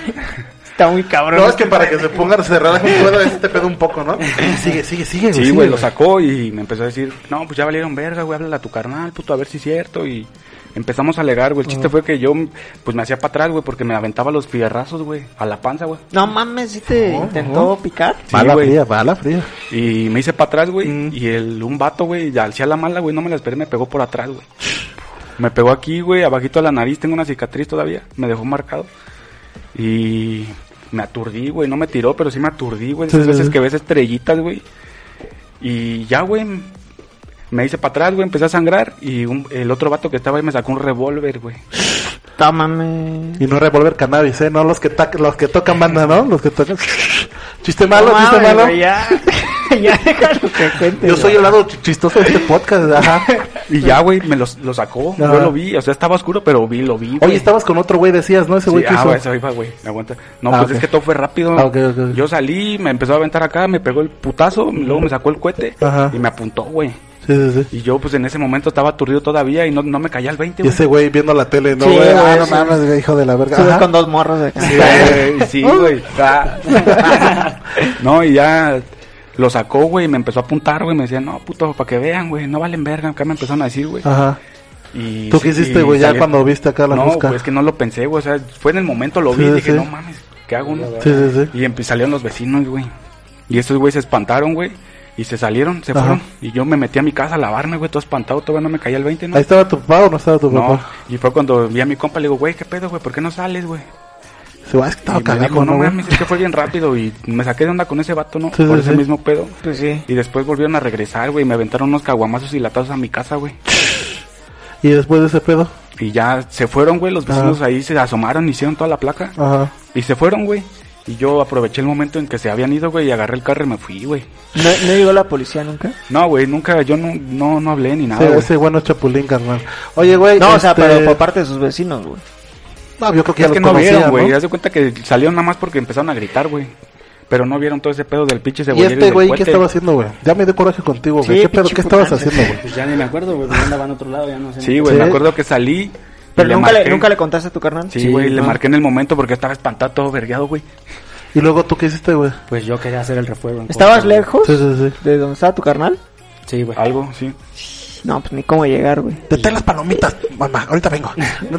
Speaker 2: Está muy cabrón.
Speaker 1: No, es que para que se pongan cerradas un puedo, este pedo un poco, ¿no? Sigue, sigue, sigue.
Speaker 4: sí, güey, lo sacó. Y me empezó a decir, no, pues ya valieron verga, güey. Háblale a tu carnal, puto, a ver si es cierto. Y empezamos a alegar, güey. El chiste fue que yo, pues me hacía para atrás, güey, porque me aventaba los fierrazos, güey, a la panza, güey.
Speaker 2: No mames, ¿sí te intentó picar?
Speaker 4: Sí,
Speaker 1: Bala
Speaker 4: güey.
Speaker 1: fría, bala fría.
Speaker 4: Y me hice para atrás, güey. Y el, un vato, güey, ya alcé a la mala, güey. No me la esperé, me pegó por atrás, güey. Me pegó aquí, güey, abajito de la nariz. Tengo una cicatriz todavía. Me dejó marcado. Y me aturdí, güey. No me tiró, pero sí me aturdí, güey.
Speaker 1: Sí,
Speaker 4: Esas
Speaker 1: sí,
Speaker 4: veces
Speaker 1: sí.
Speaker 4: que ves estrellitas, güey. Y ya, güey.
Speaker 1: [laughs]
Speaker 4: Me hice para atrás, güey. Empecé a sangrar. Y un- el otro vato que estaba ahí me sacó un revólver, güey.
Speaker 2: Tómame.
Speaker 1: Y no revolver cannabis, ¿eh? No los que, ta- los que tocan banda, ¿no? Los que tocan... [laughs] Chiste malo,
Speaker 2: Ah, No
Speaker 1: chiste
Speaker 2: mames,
Speaker 1: malo.
Speaker 2: güey, ya. [laughs] ya déjalo que cuente.
Speaker 1: Yo soy
Speaker 2: güey.
Speaker 1: el lado ch- chistoso de este podcast, ajá.
Speaker 4: Y ya, güey, me los- lo sacó.
Speaker 1: Ajá.
Speaker 4: Yo lo vi. O sea, estaba oscuro, pero vi, lo vi. güey.
Speaker 1: Ah. Oye, estabas con otro güey, decías, ¿no? Ese
Speaker 4: Sí,
Speaker 1: Este güey que
Speaker 4: ah,
Speaker 1: hizo...
Speaker 4: güey, eso iba, güey. Aguanta. No,
Speaker 1: Ah,
Speaker 4: pues
Speaker 1: ok.
Speaker 4: es que todo fue rápido.
Speaker 1: Ah, ok, ok, ok.
Speaker 4: Yo salí, me empezó a aventar acá, me pegó el putazo, luego me sacó el cohete
Speaker 1: Ajá.
Speaker 4: y me apuntó, güey.
Speaker 1: Sí, sí, sí.
Speaker 4: Y yo, pues en ese momento estaba aturdido todavía y no, no me caía el 20,
Speaker 1: Y
Speaker 4: güey.
Speaker 1: ese güey viendo la tele, ¿no,
Speaker 2: Sí,
Speaker 1: güey? ah,
Speaker 2: güey,
Speaker 1: no
Speaker 2: sí.
Speaker 1: mames, güey, hijo de la verga.
Speaker 2: Sube
Speaker 1: Ajá.
Speaker 2: con dos morros acá.
Speaker 4: Sí, güey, Eh,
Speaker 1: [laughs]
Speaker 4: sí, güey. Ah. no, y ya lo sacó, güey, y me empezó a apuntar, güey. Me decía, no, puto, para que vean, güey, no valen verga. Acá me empezaron a decir, güey.
Speaker 1: Ajá.
Speaker 4: Y
Speaker 1: Ah. ¿Tú qué
Speaker 4: sí,
Speaker 1: hiciste,
Speaker 4: y
Speaker 1: güey, ya
Speaker 4: salí-
Speaker 1: cuando viste acá la
Speaker 4: No,
Speaker 1: fusca?
Speaker 4: pues es que no lo pensé, güey. O sea, fue en el momento, lo vi
Speaker 1: Sí,
Speaker 4: y dije,
Speaker 1: sí.
Speaker 4: no mames, ¿qué hago, no?
Speaker 1: Sí, sí, sí.
Speaker 4: Y empe- salieron los vecinos, güey. Y estos güey se espantaron, güey. Y se salieron, se
Speaker 1: Ajá.
Speaker 4: fueron. Y yo me metí a mi casa a lavarme, güey, todo espantado, todavía no me caía el 20, ¿no?
Speaker 1: ¿Ahí estaba tu papá o no estaba tu
Speaker 4: No,
Speaker 1: papá?
Speaker 4: y fue cuando vi a mi compa, le digo, güey, ¿qué pedo, güey? ¿Por qué no sales, güey?
Speaker 1: Se va, es que
Speaker 4: Y
Speaker 1: estaba
Speaker 4: me dijo,
Speaker 1: cagando,
Speaker 4: no
Speaker 1: Ah, ¿no, güey?
Speaker 4: mames, es que fue bien rápido y me saqué de onda con ese vato, ¿no?
Speaker 1: Sí,
Speaker 4: Por
Speaker 1: sí,
Speaker 4: ese
Speaker 1: sí.
Speaker 4: mismo pedo.
Speaker 2: Pues sí.
Speaker 4: Y después volvieron a regresar, güey, y me aventaron unos caguamazos y latazos a mi casa, güey.
Speaker 1: Y después de ese pedo,
Speaker 4: Y ya se fueron, güey, los vecinos
Speaker 1: Ajá.
Speaker 4: ahí se asomaron, hicieron toda la placa.
Speaker 1: ajá.
Speaker 4: Y se fueron, güey. Y yo aproveché el momento en que se habían ido, güey, y agarré el carro y me fui, güey.
Speaker 2: ¿No, no llegó la policía nunca?
Speaker 4: No, güey, nunca, yo no, no, no hablé ni
Speaker 1: Sí,
Speaker 4: nada, güey.
Speaker 1: ese bueno es chapulín, carnal. Oye, güey.
Speaker 2: No, o sea,
Speaker 1: este,
Speaker 2: pero por parte de sus vecinos, güey.
Speaker 1: No, yo creo que ya
Speaker 4: Es que
Speaker 1: los
Speaker 4: no
Speaker 1: conocía,
Speaker 4: vieron,
Speaker 1: ¿no?
Speaker 4: güey. Haz de cuenta que salieron nada más porque empezaron a gritar, güey. Pero no vieron todo ese pedo del pinche
Speaker 1: ¿Y
Speaker 4: cebollero
Speaker 1: este
Speaker 4: del
Speaker 1: güey qué
Speaker 4: cohete.
Speaker 1: estaba haciendo, güey? Ya me dio coraje contigo, güey.
Speaker 2: Sí,
Speaker 1: ¿Qué pedo?
Speaker 2: pinche
Speaker 1: ¿Qué estabas
Speaker 2: putante.
Speaker 1: haciendo, güey?
Speaker 3: Pues ya ni me acuerdo, güey, porque andaba en otro lado, ya no sé.
Speaker 4: Sí, güey,
Speaker 1: Sí.
Speaker 4: me acuerdo que salí. y
Speaker 2: Pero nunca, le,
Speaker 4: marqué.
Speaker 2: nunca le contaste a tu carnal.
Speaker 4: Sí, güey, le
Speaker 2: ¿no?
Speaker 4: marqué en el momento porque estaba espantado, todo vergueado, güey.
Speaker 1: ¿Y luego tú qué hiciste, güey?
Speaker 3: Pues yo quería hacer el refuerzo. en
Speaker 2: ¿Estabas
Speaker 3: contra, güey.
Speaker 2: lejos
Speaker 1: Sí, sí, sí.
Speaker 2: de donde estaba tu carnal?
Speaker 3: Sí,
Speaker 1: Pues,
Speaker 3: güey.
Speaker 4: Algo, sí.
Speaker 2: No, pues ni cómo llegar, güey.
Speaker 1: Detén las palomitas, mamá. Ahorita [laughs] vengo.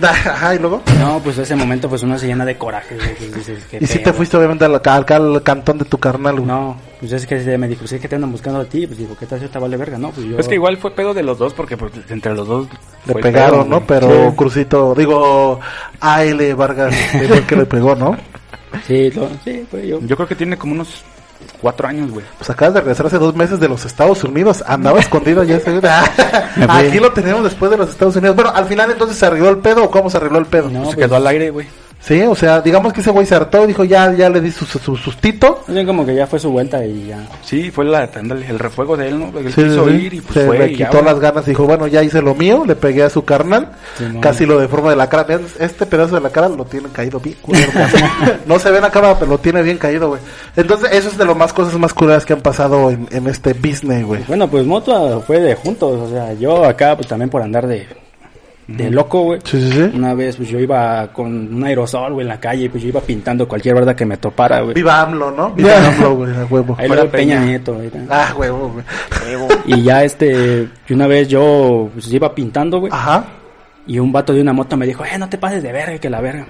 Speaker 1: Ajá, ¿y luego?
Speaker 3: No, pues ese momento pues uno se llena de coraje, güey. pues, dices, qué
Speaker 1: Y si
Speaker 3: pedo.
Speaker 1: te fuiste, obviamente, al, ca- acá al cantón de tu carnal, güey.
Speaker 3: No, pues es que se me dijo, pues es que te andan buscando a ti. Pues digo, ¿qué tal si te vale verga? No, pues yo...
Speaker 4: Es que igual fue pedo de los dos porque pues, entre los dos.
Speaker 1: Le
Speaker 4: fue el
Speaker 1: pegaron,
Speaker 4: pedo,
Speaker 1: ¿no?
Speaker 4: pues, güey.
Speaker 1: Pero Crucito, digo, A.L. Vargas, fue el que le pegó, ¿no?
Speaker 3: Sí, lo- sí, güey, yo...
Speaker 4: Yo creo que tiene como unos cuatro años, güey.
Speaker 1: Pues acabas de regresar hace dos meses de los Estados Unidos. Andaba escondido ya. [laughs] ese-
Speaker 3: Me fui.
Speaker 1: Aquí lo tenemos después de los Estados Unidos. Bueno, al final entonces se arregló el pedo o cómo se arregló el pedo.
Speaker 3: No,
Speaker 4: se quedó al aire, güey.
Speaker 1: Sí, o sea, digamos que ese güey se hartó y dijo, ya, ya le di su, su- su sustito.
Speaker 3: O sea, como que ya fue su vuelta y ya...
Speaker 4: Sí, fue la, ándale, el refuego de él, ¿no? Él
Speaker 1: Sí,
Speaker 4: quiso
Speaker 1: sí, sí.
Speaker 4: ir y pues
Speaker 1: se
Speaker 4: fue.
Speaker 1: le
Speaker 4: y ya,
Speaker 1: quitó
Speaker 4: güey.
Speaker 1: las ganas y dijo, bueno, ya hice lo mío, le pegué a su carnal,
Speaker 3: Sí, no.
Speaker 1: casi lo deforma de la cara. Vean, Este pedazo de la cara lo tiene caído bien. [laughs] culero, güey. no se ve en la cámara, pero lo tiene bien caído, güey. Entonces, eso es de lo más cosas más curiosas que han pasado en, en este business, güey.
Speaker 3: Bueno, pues Motua fue de juntos, o sea, yo acá pues también por andar de, de loco, güey.
Speaker 1: Sí, sí, sí.
Speaker 3: Una vez pues yo iba con un aerosol, güey, en la calle, pues yo iba pintando cualquier verdad que me topara, güey.
Speaker 1: Viva AMLO, ¿no? Viva AMLO, güey, a huevo.
Speaker 3: Ahí
Speaker 4: Fuera
Speaker 3: luego Peña,
Speaker 4: Peña.
Speaker 3: Nieto, güey.
Speaker 1: Ah, huevo, güey.
Speaker 3: Y ya este, y una vez yo pues iba pintando, güey,
Speaker 1: Ajá.
Speaker 3: y un vato de una moto me dijo, eh, no te pases de verga, que la verga.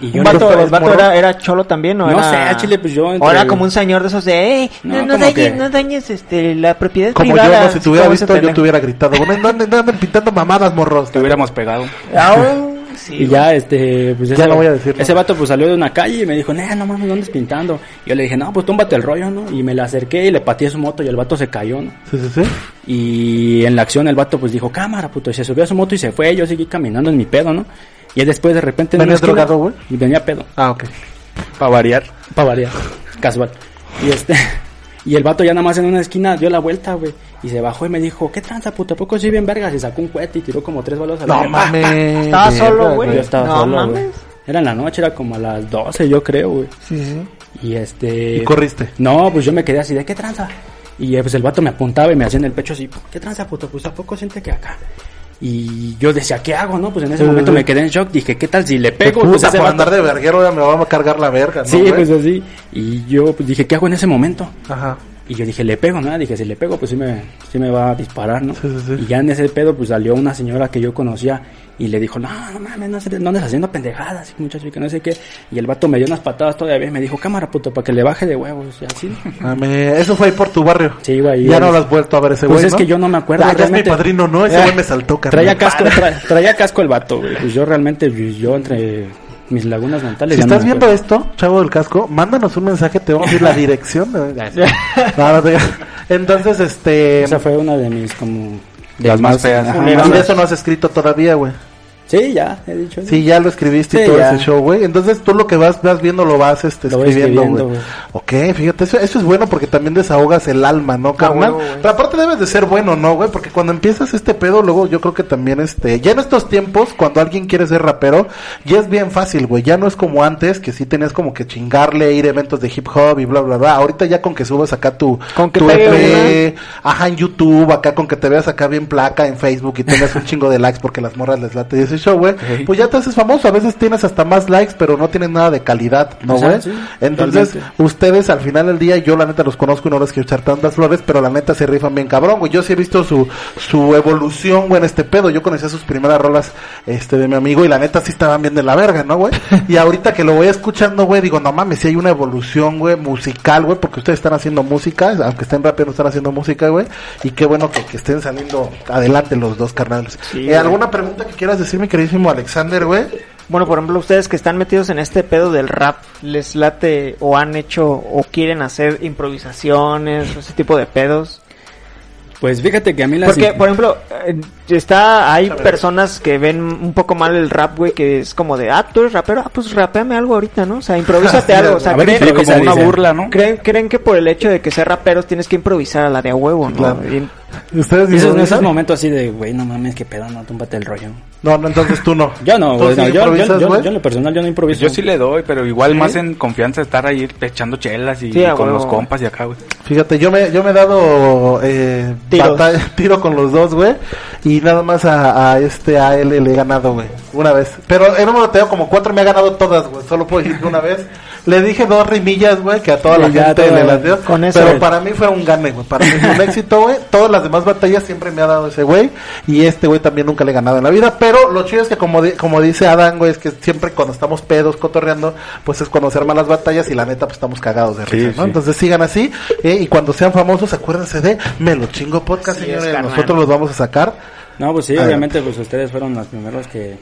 Speaker 3: Y yo
Speaker 2: ¿Un
Speaker 1: no
Speaker 3: le-
Speaker 2: vato,
Speaker 1: estaba
Speaker 2: ¿El vato
Speaker 1: morro.
Speaker 2: era, era cholo también o
Speaker 3: No
Speaker 2: era...?
Speaker 3: sé, al chile, pues, yo entre-
Speaker 2: ¿O era como un señor de esos de... "Ey,
Speaker 3: No,
Speaker 2: no, no,
Speaker 3: como
Speaker 2: dañes,
Speaker 3: que-
Speaker 2: no dañes este, la propiedad
Speaker 1: Como
Speaker 2: privada.
Speaker 1: yo, no, si te hubiera
Speaker 2: Como ese
Speaker 1: visto, yo
Speaker 2: pendejo.
Speaker 1: te hubiera gritado. Bueno, no anden, no anden pintando mamadas, morros.
Speaker 4: Te hubiéramos pegado.
Speaker 2: Ah, [laughs] sí,
Speaker 3: Y ya, este, pues
Speaker 1: Ya
Speaker 3: ese,
Speaker 1: no voy a decirlo.
Speaker 3: ese vato pues salió de una calle y me dijo, nah, no mames, ¿dónde andas pintando? Y yo le dije, no, pues tómbate el rollo, ¿no? Y me le acerqué y le pateé su moto y el vato se cayó, ¿no?
Speaker 1: Sí, sí, sí.
Speaker 3: Y en la acción el vato pues dijo, cámara, puto, y se subió a su moto y se fue, yo seguí caminando en mi pedo, ¿no? Y él después de repente... en
Speaker 1: ¿Venía
Speaker 3: una esquina-
Speaker 1: drogado, güey?
Speaker 3: Y venía pedo,
Speaker 1: Ah, ok.
Speaker 4: Para variar.
Speaker 3: para variar, casual. Y este... [laughs] Y el vato ya nada más en una esquina dio la vuelta, güey. Y se bajó y me dijo, ¿qué tranza, puto? ¿A poco soy bien vergas? Y sacó un cohete y tiró como tres balas a la
Speaker 1: No
Speaker 3: verga.
Speaker 1: mames.
Speaker 2: Estaba
Speaker 1: verga,
Speaker 2: solo, güey.
Speaker 3: Yo estaba
Speaker 2: No
Speaker 3: solo,
Speaker 2: mames.
Speaker 3: güey. Era en la noche, era como a las 12, yo creo, güey.
Speaker 2: sí, sí.
Speaker 3: Y este...
Speaker 1: Y corriste.
Speaker 3: No, pues yo me quedé así de qué tranza. Y eh, pues el vato me apuntaba y me hacía en el pecho así, ¿qué tranza, puto? Pues a poco siente que acá. Y yo decía, ¿qué hago? No, pues en ese
Speaker 1: Sí,
Speaker 3: momento
Speaker 1: sí.
Speaker 3: me quedé en shock. Dije, ¿qué tal si le pego?
Speaker 1: Puta,
Speaker 3: Pues ese
Speaker 1: por
Speaker 3: vato-
Speaker 1: andar ¿eh? de verguero ya me va a cargar la verga, ¿no,
Speaker 3: Sí,
Speaker 1: güey?
Speaker 3: pues así. Y yo pues, dije, ¿qué hago en ese momento?
Speaker 1: Ajá.
Speaker 3: Y yo dije, ¿le pego? Nada, dije, si le pego, pues sí me, sí me va a disparar, ¿no?
Speaker 1: Sí, sí, sí.
Speaker 3: Y ya en ese pedo, pues salió una señora que yo conocía y le dijo, no, no mames, no, se- no andes haciendo pendejadas, muchacho, y que no sé qué. Y el vato me dio unas patadas todavía y me dijo, cámara, puto, para que le baje de huevos, y
Speaker 1: [laughs]
Speaker 3: así.
Speaker 1: Mame, Eso fue ahí por tu barrio.
Speaker 3: Sí, güey,
Speaker 1: Ya
Speaker 3: ahí
Speaker 1: no
Speaker 3: es-
Speaker 1: lo has vuelto a ver ese
Speaker 3: Pues
Speaker 1: güey.
Speaker 3: es
Speaker 1: ¿no?
Speaker 3: que yo no me acuerdo,
Speaker 1: Ah, ya es mi
Speaker 3: realmente.
Speaker 1: padrino, ¿no? Ese
Speaker 3: Ah,
Speaker 1: güey me saltó, carnal.
Speaker 3: Traía casco, tra- traía casco el vato, güey. Pues yo realmente, yo entre mis lagunas mentales.
Speaker 1: Si
Speaker 3: ya no
Speaker 1: estás este
Speaker 3: me
Speaker 1: viendo
Speaker 3: acuerdo.
Speaker 1: esto, chavo del casco, mándanos un mensaje, te vamos a
Speaker 3: [laughs]
Speaker 1: decir la dirección. de- No, no te- Entonces, este.
Speaker 3: Esa fue una de mis, como. de
Speaker 4: Las más feas.
Speaker 3: Ajá,
Speaker 1: y
Speaker 3: más
Speaker 1: de
Speaker 3: feas.
Speaker 1: eso no has escrito todavía, güey.
Speaker 3: Sí, ya, he dicho. eso.
Speaker 1: Sí, ya lo escribiste y
Speaker 3: Sí,
Speaker 1: todo
Speaker 3: ya.
Speaker 1: ese show, güey. Entonces tú lo que vas, vas viendo lo vas este,
Speaker 3: Lo voy
Speaker 1: escribiendo,
Speaker 3: escribiendo,
Speaker 1: güey. Ok, fíjate, eso, eso es bueno porque también desahogas el alma, ¿no, carnal?
Speaker 2: Ah, huevo, güey.
Speaker 1: Pero aparte debes de ser bueno, ¿no, güey? Porque cuando empiezas este pedo, luego yo creo que también este... Ya en estos tiempos, cuando alguien quiere ser rapero, ya es bien fácil, güey. Ya no es como antes, que sí tenías como que chingarle, ir a eventos de hip hop y bla, bla, bla. Ahorita ya con que subas acá tu,
Speaker 2: Con que
Speaker 1: tu
Speaker 2: pegue
Speaker 1: EP, ajá, en YouTube, acá con que te veas acá bien placa en Facebook y tengas un chingo de likes porque las morras les late y ese show, güey. Pues ya te haces famoso. A veces tienes hasta más likes, pero no tienes nada de calidad, ¿no,
Speaker 3: Ajá,
Speaker 1: güey?
Speaker 3: sí,
Speaker 1: Entonces,
Speaker 3: totalmente.
Speaker 1: ustedes al final del día, yo la neta los conozco y no les quiero echar tantas flores, pero la neta se rifan bien cabrón, güey. Yo sí he visto su, su evolución, güey, en este pedo. Yo conocía sus primeras rolas, este, de mi amigo y la neta sí estaban bien de la verga, ¿no, güey? Y ahorita que lo voy escuchando, güey, digo, no mames, sí hay una evolución, güey, musical, güey, porque ustedes están haciendo música, aunque estén rapeando, están haciendo música, güey. Y qué bueno que, que estén saliendo adelante los dos carnales.
Speaker 2: Sí,
Speaker 1: Eh,
Speaker 2: güey.
Speaker 1: ¿Alguna pregunta que quieras decir, mi queridísimo Alexander, güey?
Speaker 2: Bueno, por ejemplo, ustedes que están metidos en este pedo del rap, ¿les late o han hecho o quieren hacer improvisaciones, ese tipo de pedos?
Speaker 3: Pues fíjate que a mí las...
Speaker 2: Porque, por ejemplo, eh, está, hay personas que ven un poco mal el rap, güey, que es como de, ah, tú eres rapero, ah, pues rapeame algo ahorita, ¿no? O sea, [laughs] improvísate algo, o sea,
Speaker 3: A ver,
Speaker 2: creen,
Speaker 4: Sí, como
Speaker 3: improvisa,
Speaker 4: una
Speaker 3: dice.
Speaker 4: burla, ¿no?
Speaker 2: creen, creen que por el hecho de que ser raperos tienes que improvisar a la de a huevo, ¿no?
Speaker 1: Claro.
Speaker 2: Y-
Speaker 1: ¿Ustedes
Speaker 3: Esos- esos,
Speaker 1: improvisan?
Speaker 3: momentos así de, güey, no mames, qué pedo, no, túmbate el rollo.
Speaker 1: No, no, entonces tú no.
Speaker 3: [laughs] Yo no, güey,
Speaker 1: Entonces,
Speaker 3: no, yo, yo,
Speaker 1: ¿improvisas,
Speaker 3: yo,
Speaker 1: güey?
Speaker 3: yo en lo personal yo no improviso.
Speaker 4: Yo sí le doy, pero igual más en confianza estar ahí echando chelas y,
Speaker 2: Sí,
Speaker 4: y
Speaker 2: a
Speaker 4: con
Speaker 2: huevo.
Speaker 4: los compas y acá, güey.
Speaker 1: Fíjate, yo me, yo me he dado eh,
Speaker 2: Tiros.
Speaker 1: batalla- [laughs] tiro con los dos, güey. Y nada más a, a este a él le he ganado, güey. Una vez. Pero en un moroteo como cuatro me ha ganado todas, güey. Solo puedo decir que una vez. Le dije dos rimillas, güey, que a toda la
Speaker 3: Y ya
Speaker 1: gente
Speaker 3: toda-
Speaker 1: le las dio.
Speaker 2: con eso,
Speaker 1: pero
Speaker 2: güey.
Speaker 1: para mí fue un gane, güey. Para mí fue un éxito, güey. Todas las demás batallas siempre me ha dado ese güey. Y este güey también nunca le he ganado en la vida. Pero lo chido es que, como, di- como dice Adán, güey, es que siempre cuando estamos pedos, cotorreando, pues es cuando se arman las batallas y la neta, pues estamos cagados de
Speaker 4: Sí,
Speaker 1: risa, ¿no?
Speaker 4: sí.
Speaker 1: Entonces sigan así. eh, y cuando sean famosos, acuérdense de Me lo chingo podcast,
Speaker 2: Así es,
Speaker 1: señores.
Speaker 2: carnal.
Speaker 1: Nosotros los vamos a sacar.
Speaker 3: No, pues sí,
Speaker 1: Adelante.
Speaker 3: obviamente, pues ustedes fueron los primeros que,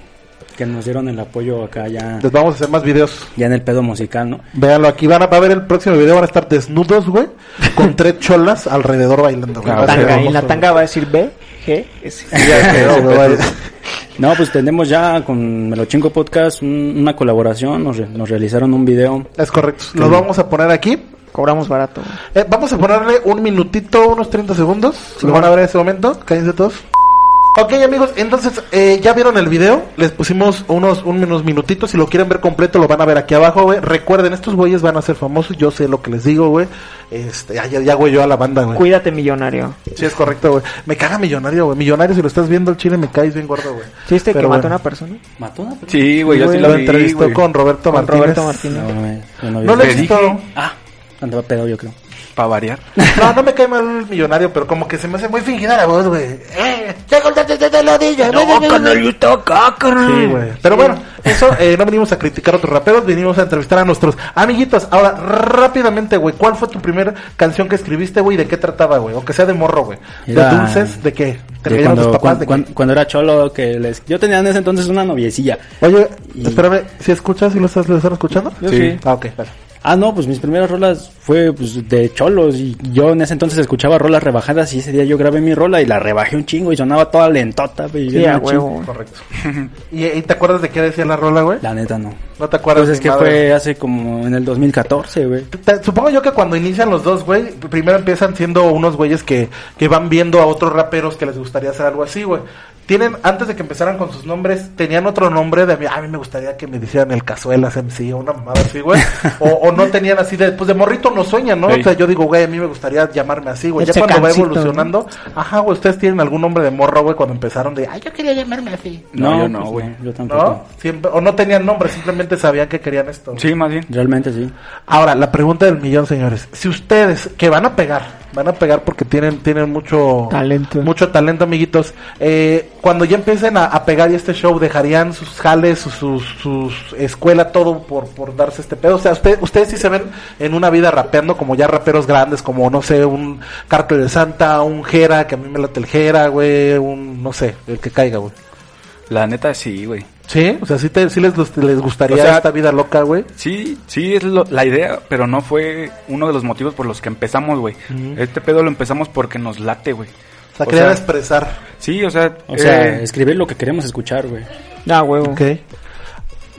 Speaker 3: que nos dieron el apoyo acá ya,
Speaker 1: Les vamos a hacer más videos.
Speaker 3: ya en el pedo musical, ¿no?
Speaker 1: Véanlo aquí. Van a, va a ver el próximo video. Van a estar desnudos, güey. Con tres cholas alrededor bailando, güey.
Speaker 4: La
Speaker 1: Va a ser
Speaker 2: tanga, y
Speaker 1: hermoso,
Speaker 2: la
Speaker 1: güey.
Speaker 2: tanga va a decir B, G, S.
Speaker 1: [laughs] Ya creo, güey, [laughs] vale.
Speaker 2: [laughs]
Speaker 3: No, pues tenemos ya con Me lo Chingo Podcast un- una colaboración, nos, re- nos realizaron un video.
Speaker 1: Es correcto. Lo vamos a poner aquí.
Speaker 2: Cobramos barato. güey.
Speaker 1: Eh, vamos a ponerle un minutito, unos 30 segundos. Lo van a ver en ese momento. Cállense todos. Ok amigos, entonces eh, ya vieron el video, les pusimos unos, un- unos minutitos, si lo quieren ver completo lo van a ver aquí abajo, güey. Recuerden, estos güeyes van a ser famosos, yo sé lo que les digo, güey. Este, ya, ya, ya, güey, yo a la banda, güey.
Speaker 2: Cuídate, millonario.
Speaker 1: Sí, es correcto, güey. Me caga millonario, güey. Millonario, si lo estás viendo el chile me caes bien gordo, güey.
Speaker 2: ¿Sí viste que
Speaker 1: Pero
Speaker 2: mató a
Speaker 1: bueno.
Speaker 2: una persona?
Speaker 3: ¿Mató una persona?
Speaker 4: Sí, güey, yo sí
Speaker 1: Güey,
Speaker 4: lo,
Speaker 1: lo
Speaker 4: vi,
Speaker 1: entrevistó
Speaker 4: güey.
Speaker 1: con Roberto
Speaker 2: Con
Speaker 1: Martínez.
Speaker 2: Roberto Martínez.
Speaker 3: No, güey, yo no vi
Speaker 1: No
Speaker 3: eso.
Speaker 1: le
Speaker 4: Te dije.
Speaker 1: gustó.
Speaker 3: Ah, andaba pedo yo creo.
Speaker 4: Para variar.
Speaker 1: [laughs] No, no me cae mal el millonario, pero como que se me hace muy fingida la voz, güey. Eh, ya cortaste de la orilla. Sí, güey. Pero bueno, eso eh, no venimos a criticar a otros raperos, venimos a entrevistar a nuestros amiguitos. Ahora, rápidamente, güey, ¿cuál fue tu primera canción que escribiste, güey? y ¿De qué trataba, güey? Aunque sea de morro, güey. ¿De
Speaker 3: Era-
Speaker 1: dulces? ¿De qué? ¿Te
Speaker 3: De
Speaker 1: cayeron
Speaker 3: cuando,
Speaker 1: tus papás?
Speaker 3: cuando,
Speaker 1: ¿De
Speaker 3: cuando-
Speaker 1: qué?
Speaker 3: cuando era cholo, que les... yo tenía en ese entonces una noviecilla.
Speaker 1: Oye,
Speaker 3: y-
Speaker 1: espérame, ¿si escuchas? ¿Si lo estás, lo están escuchando?
Speaker 2: Yo sí.
Speaker 1: Ah, ok, vale.
Speaker 3: Ah, no, pues mis primeras rolas fue pues, de cholos y yo en ese entonces escuchaba rolas rebajadas y ese día yo grabé mi rola y la rebajé un chingo y sonaba toda lentota. güey, y yo
Speaker 2: Sí, a
Speaker 3: no chingo.
Speaker 2: huevo. güey.
Speaker 3: [laughs]
Speaker 1: Correcto. ¿Y, y te acuerdas de qué decía la rola, güey?
Speaker 3: La neta no.
Speaker 1: No te acuerdas.
Speaker 3: Pues es
Speaker 1: ni
Speaker 3: que
Speaker 1: madre.
Speaker 3: fue hace como en el 2014, güey.
Speaker 1: Te- Supongo yo que cuando inician los dos, güey, primero empiezan siendo unos güeyes que, que van viendo a otros raperos que les gustaría hacer algo así, güey. Tienen, antes de que empezaran con sus nombres, tenían otro nombre de, a mí me gustaría que me dijeran el Cazuelas MC o una mamada así, güey. O, o no tenían así de, pues de morrito no sueñan, ¿no?
Speaker 4: Ey.
Speaker 1: O sea, yo digo, güey, a mí me gustaría llamarme así, güey.
Speaker 2: El
Speaker 1: Ya cuando va
Speaker 2: secancito,
Speaker 1: evolucionando, ajá, güey, ustedes tienen algún nombre de morro, güey, cuando empezaron de, ay, yo quería llamarme así.
Speaker 4: No, yo no,
Speaker 3: pues
Speaker 4: güey.
Speaker 3: yo tampoco.
Speaker 1: ¿No? Siempre, o no tenían nombre, simplemente sabían que querían esto.
Speaker 4: Sí, más bien.
Speaker 3: Realmente sí.
Speaker 1: Ahora, la pregunta del millón, señores. Si ustedes, que van a pegar, van a pegar porque tienen, tienen mucho
Speaker 2: Talento.
Speaker 1: mucho talento, amiguitos. eh, cuando ya empiecen a, a pegar y este show, dejarían sus jales, sus, sus, sus escuela, todo por, por darse este pedo. O sea, usted, ustedes sí se ven en una vida rapeando como ya raperos grandes, como no sé, un Cartel de Santa, un Jera, que a mí me late el Jera, güey, un, no sé, el que caiga, güey.
Speaker 4: La neta sí, güey.
Speaker 1: Sí, o sea, sí, te, sí les, les gustaría
Speaker 4: O sea,
Speaker 1: esta vida loca, güey.
Speaker 4: Sí, sí, es lo- la idea, pero no fue uno de los motivos por los que empezamos, güey. Este pedo lo empezamos porque nos late, güey.
Speaker 1: O sea,
Speaker 4: o
Speaker 1: querían
Speaker 4: sea,
Speaker 1: expresar.
Speaker 4: Sí, o sea,
Speaker 3: O sea,
Speaker 4: eh,
Speaker 3: escribir lo que queremos escuchar, güey.
Speaker 2: Ah, huevo.
Speaker 1: Ok.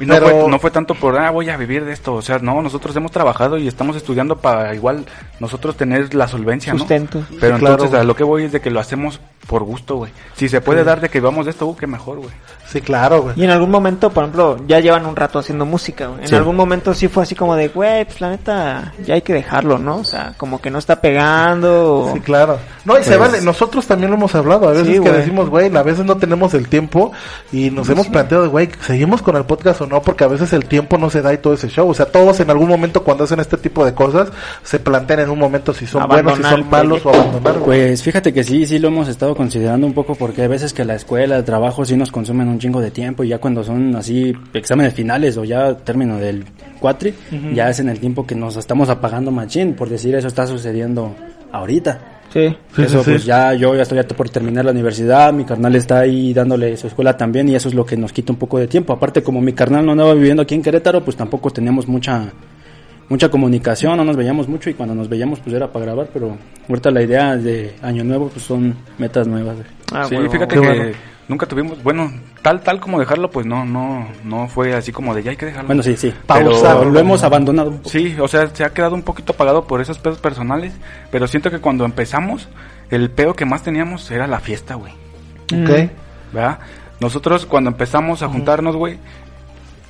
Speaker 4: Y no,
Speaker 1: Pero-
Speaker 4: fue, no fue tanto por, ah, voy a vivir de esto. O sea, no, nosotros hemos trabajado y estamos estudiando para igual nosotros tener la solvencia, ¿no?
Speaker 2: Sustento.
Speaker 4: Pero
Speaker 1: Sí, claro,
Speaker 4: entonces
Speaker 1: güey.
Speaker 4: a lo que voy es de que lo hacemos por gusto, güey. Si se puede dar de que vivamos de esto, uh, qué mejor, güey.
Speaker 1: Sí, claro, güey.
Speaker 2: Y en algún momento, por ejemplo, ya llevan un rato haciendo música. güey. En
Speaker 1: Sí.
Speaker 2: algún momento sí fue así como de, güey, pues la neta, ya hay que dejarlo, ¿no? O sea, como que no está pegando. o-
Speaker 1: Sí, claro. No, y se vale. Nosotros también lo hemos hablado. A veces
Speaker 2: Pues Sí,
Speaker 1: que
Speaker 2: güey.
Speaker 1: decimos, güey, a veces no tenemos el tiempo y nos hemos planteado, güey, ¿seguimos con el podcast o no? Porque a veces el tiempo no se da y todo ese show. O sea, todos en algún momento cuando hacen este tipo de cosas se plantean en un momento si son buenos, si
Speaker 2: Abandonar
Speaker 1: son
Speaker 2: el
Speaker 1: malos o abandonar. güey.
Speaker 3: Pues fíjate que sí, sí lo hemos estado considerando un poco porque hay veces que la escuela, el trabajo sí nos consumen un chingo de tiempo y ya cuando son así exámenes finales o ya término del cuatri, ya es en el tiempo que nos estamos apagando machín, por decir eso está sucediendo ahorita.
Speaker 2: Sí.
Speaker 1: Sí,
Speaker 3: eso
Speaker 1: sí, sí.
Speaker 3: pues ya yo ya estoy ya por terminar la universidad, mi carnal está ahí dándole su escuela también y eso es lo que nos quita un poco de tiempo. Aparte como mi carnal no andaba viviendo aquí en Querétaro, pues tampoco teníamos mucha mucha comunicación, no nos veíamos mucho y cuando nos veíamos pues era para grabar, pero ahorita la idea de año nuevo pues son metas nuevas. güey.
Speaker 2: Ah,
Speaker 4: sí,
Speaker 2: huevo.
Speaker 4: fíjate
Speaker 1: Qué
Speaker 4: que
Speaker 1: bueno.
Speaker 4: nunca tuvimos, bueno, tal, tal como dejarlo, pues no, no, no fue así como de ya hay que dejarlo.
Speaker 3: Bueno, sí, sí.
Speaker 1: Pausa.
Speaker 3: Pero lo hemos abandonado. un poco.
Speaker 4: Sí, o sea, se ha quedado un poquito apagado por esos pedos personales, pero siento que cuando empezamos, el pedo que más teníamos era la fiesta, güey.
Speaker 2: Mm.
Speaker 1: Ok.
Speaker 4: ¿verdad? Nosotros cuando empezamos a juntarnos, güey,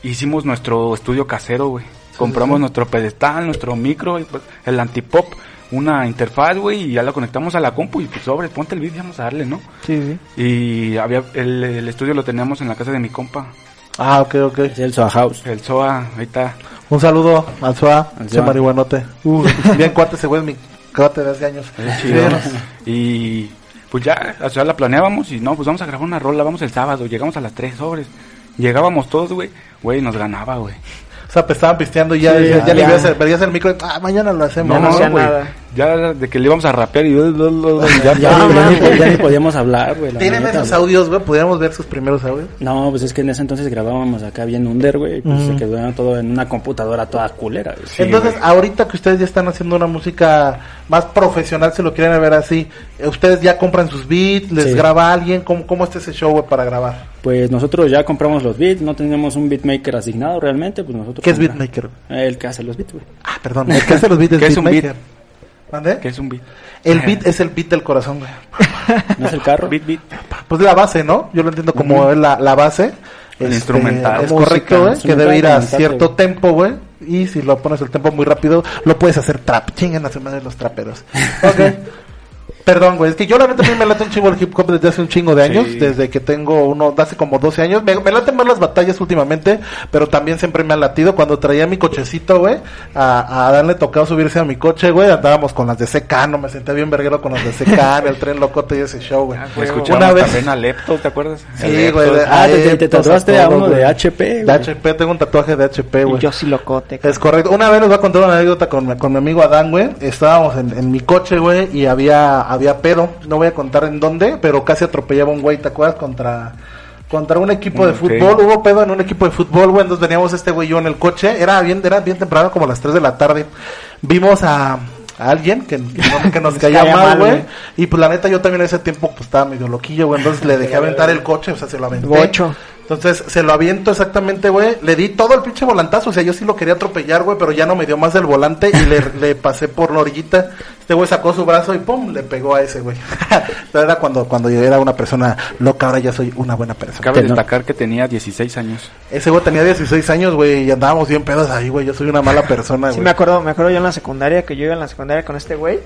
Speaker 4: hicimos nuestro estudio casero, güey. Compramos nuestro pedestal, nuestro micro, y, pues, el antipop, una interfaz, güey, y ya la conectamos a la compu y pues sobre, ponte el beat, y vamos a darle, ¿no?
Speaker 2: Sí, sí.
Speaker 4: Y había el, el estudio lo teníamos en la casa de mi compa,
Speaker 1: Ah, ok, ok.
Speaker 3: Es el Soa House.
Speaker 4: el SOA, ahí está.
Speaker 1: Un saludo al SOA,
Speaker 3: Al
Speaker 1: ese
Speaker 3: Zoa.
Speaker 1: marihuanote. Uh, [laughs] bien cuate ese güey, es mi cuate de hace años.
Speaker 4: chido.
Speaker 1: Sí,
Speaker 4: Y pues ya, o sea, la planeábamos y no, pues vamos a grabar una rola, vamos el sábado, llegamos a las tres sobres. Llegábamos todos, güey, güey, nos ganaba, güey.
Speaker 1: O sea, pues estaban pisteando y ya,
Speaker 2: Sí,
Speaker 1: ya, ya
Speaker 2: ya.
Speaker 1: le veías el, veías el micro y, ah, mañana lo hacemos.
Speaker 4: No,
Speaker 2: no
Speaker 4: no,
Speaker 2: hacía
Speaker 4: güey.
Speaker 2: nada.
Speaker 4: Ya de que le íbamos a rapear y [laughs] ya,
Speaker 3: Ya, ya ni- ya ni, ya ni podíamos hablar, güey. la
Speaker 1: ¿Tienen
Speaker 3: neta,
Speaker 1: esos
Speaker 3: güey.
Speaker 1: audios, güey? ¿Pudiéramos ver sus primeros audios?
Speaker 3: No, pues es que en ese entonces grabábamos acá bien under, güey. y, Pues se quedó todo en una computadora toda culera, güey.
Speaker 4: Sí,
Speaker 1: Entonces,
Speaker 4: güey.
Speaker 1: ahorita que ustedes ya están haciendo una música más profesional, si lo quieren ver así, eh, ¿ustedes ya compran sus beats? ¿Les
Speaker 3: Sí.
Speaker 1: graba alguien? ¿Cómo, cómo está ese show, güey, para grabar?
Speaker 3: Pues nosotros ya compramos los beats, no tenemos un beatmaker asignado realmente, pues nosotros...
Speaker 1: ¿Qué es
Speaker 3: compra-
Speaker 1: beatmaker?
Speaker 3: El que hace los beats, güey.
Speaker 1: Ah, perdón, el que hace los beats es
Speaker 4: ¿Qué es un
Speaker 1: beatmaker. ¿Mande?
Speaker 4: que es un beat.
Speaker 1: El beat es el beat del corazón, güey.
Speaker 3: No es el
Speaker 4: [laughs]
Speaker 3: carro.
Speaker 4: Beat, beat.
Speaker 1: Pues la base, ¿no? Yo lo entiendo como la, la base.
Speaker 4: El
Speaker 1: Este,
Speaker 4: instrumental.
Speaker 1: Es
Speaker 4: Música,
Speaker 1: correcto, güey. Que
Speaker 3: instrumental,
Speaker 1: debe ir a
Speaker 3: instrumental,
Speaker 1: cierto
Speaker 3: güey.
Speaker 1: tempo, güey. Y si lo pones el tempo muy rápido, lo puedes hacer trap. Chingan a su madre los
Speaker 4: [laughs]
Speaker 1: traperos. Ok. Perdón, güey. Es que yo la neta a mí me late un chingo el hip hop desde hace un chingo de años.
Speaker 4: Sí.
Speaker 1: Desde que tengo uno, hace como 12 años. Me, me laten más las batallas últimamente, pero también siempre me han latido. Cuando traía mi cochecito, güey, a, a darle tocado subirse a mi coche, güey, andábamos con las de Secano. Me senté bien verguero con las de [laughs] Secano, el tren locote y ese show, güey.
Speaker 4: Escuchamos
Speaker 1: Una vez-
Speaker 4: también a Lepto, ¿te acuerdas?
Speaker 1: Sí,
Speaker 4: Alepto,
Speaker 1: güey. de-
Speaker 3: Ah, te- te- te
Speaker 1: adeptos
Speaker 3: tatuaste a
Speaker 1: todo,
Speaker 3: uno de
Speaker 1: güey.
Speaker 3: HP, güey.
Speaker 1: De HP, tengo un tatuaje de HP,
Speaker 2: Y
Speaker 1: güey.
Speaker 2: yo sí locote.
Speaker 1: Es correcto. Una vez les voy a contar una anécdota con, con mi amigo Adán, güey. Estábamos en, en mi coche, güey, y había, había pedo. No voy a contar en dónde, pero casi atropellaba un güey, ¿te acuerdas? Contra, contra un equipo de
Speaker 4: Ok.
Speaker 1: fútbol. Hubo pedo en un equipo de fútbol, güey. Entonces veníamos este güey y yo en el coche. Era bien, era bien temprano, como las 3 de la tarde. Vimos a, a alguien que, que no- que [laughs] nos caía
Speaker 2: caía
Speaker 1: mal,
Speaker 2: mal,
Speaker 1: güey.
Speaker 2: güey.
Speaker 1: Y pues la neta, yo también en ese tiempo pues estaba medio loquillo, güey. Entonces le [laughs] dejé aventar el coche, o sea, se lo aventé.
Speaker 2: Gocho.
Speaker 1: Entonces se lo aviento exactamente, güey. Le di todo el pinche volantazo. O sea, yo sí lo quería atropellar, güey, pero ya no me dio más del volante y le, le pasé por la orillita. Este güey sacó su brazo y pum, le pegó a ese güey. [laughs] Entonces era cuando, cuando yo era una persona loca, ahora ya soy una buena persona.
Speaker 4: Cabe
Speaker 3: Te- no.
Speaker 4: destacar que tenía 16 años.
Speaker 1: Ese güey tenía 16 años, güey, y andábamos bien pedos ahí, güey. Yo soy una mala persona, güey.
Speaker 2: Sí, me acuerdo, me acuerdo yo en la secundaria, que yo iba en la secundaria con este güey.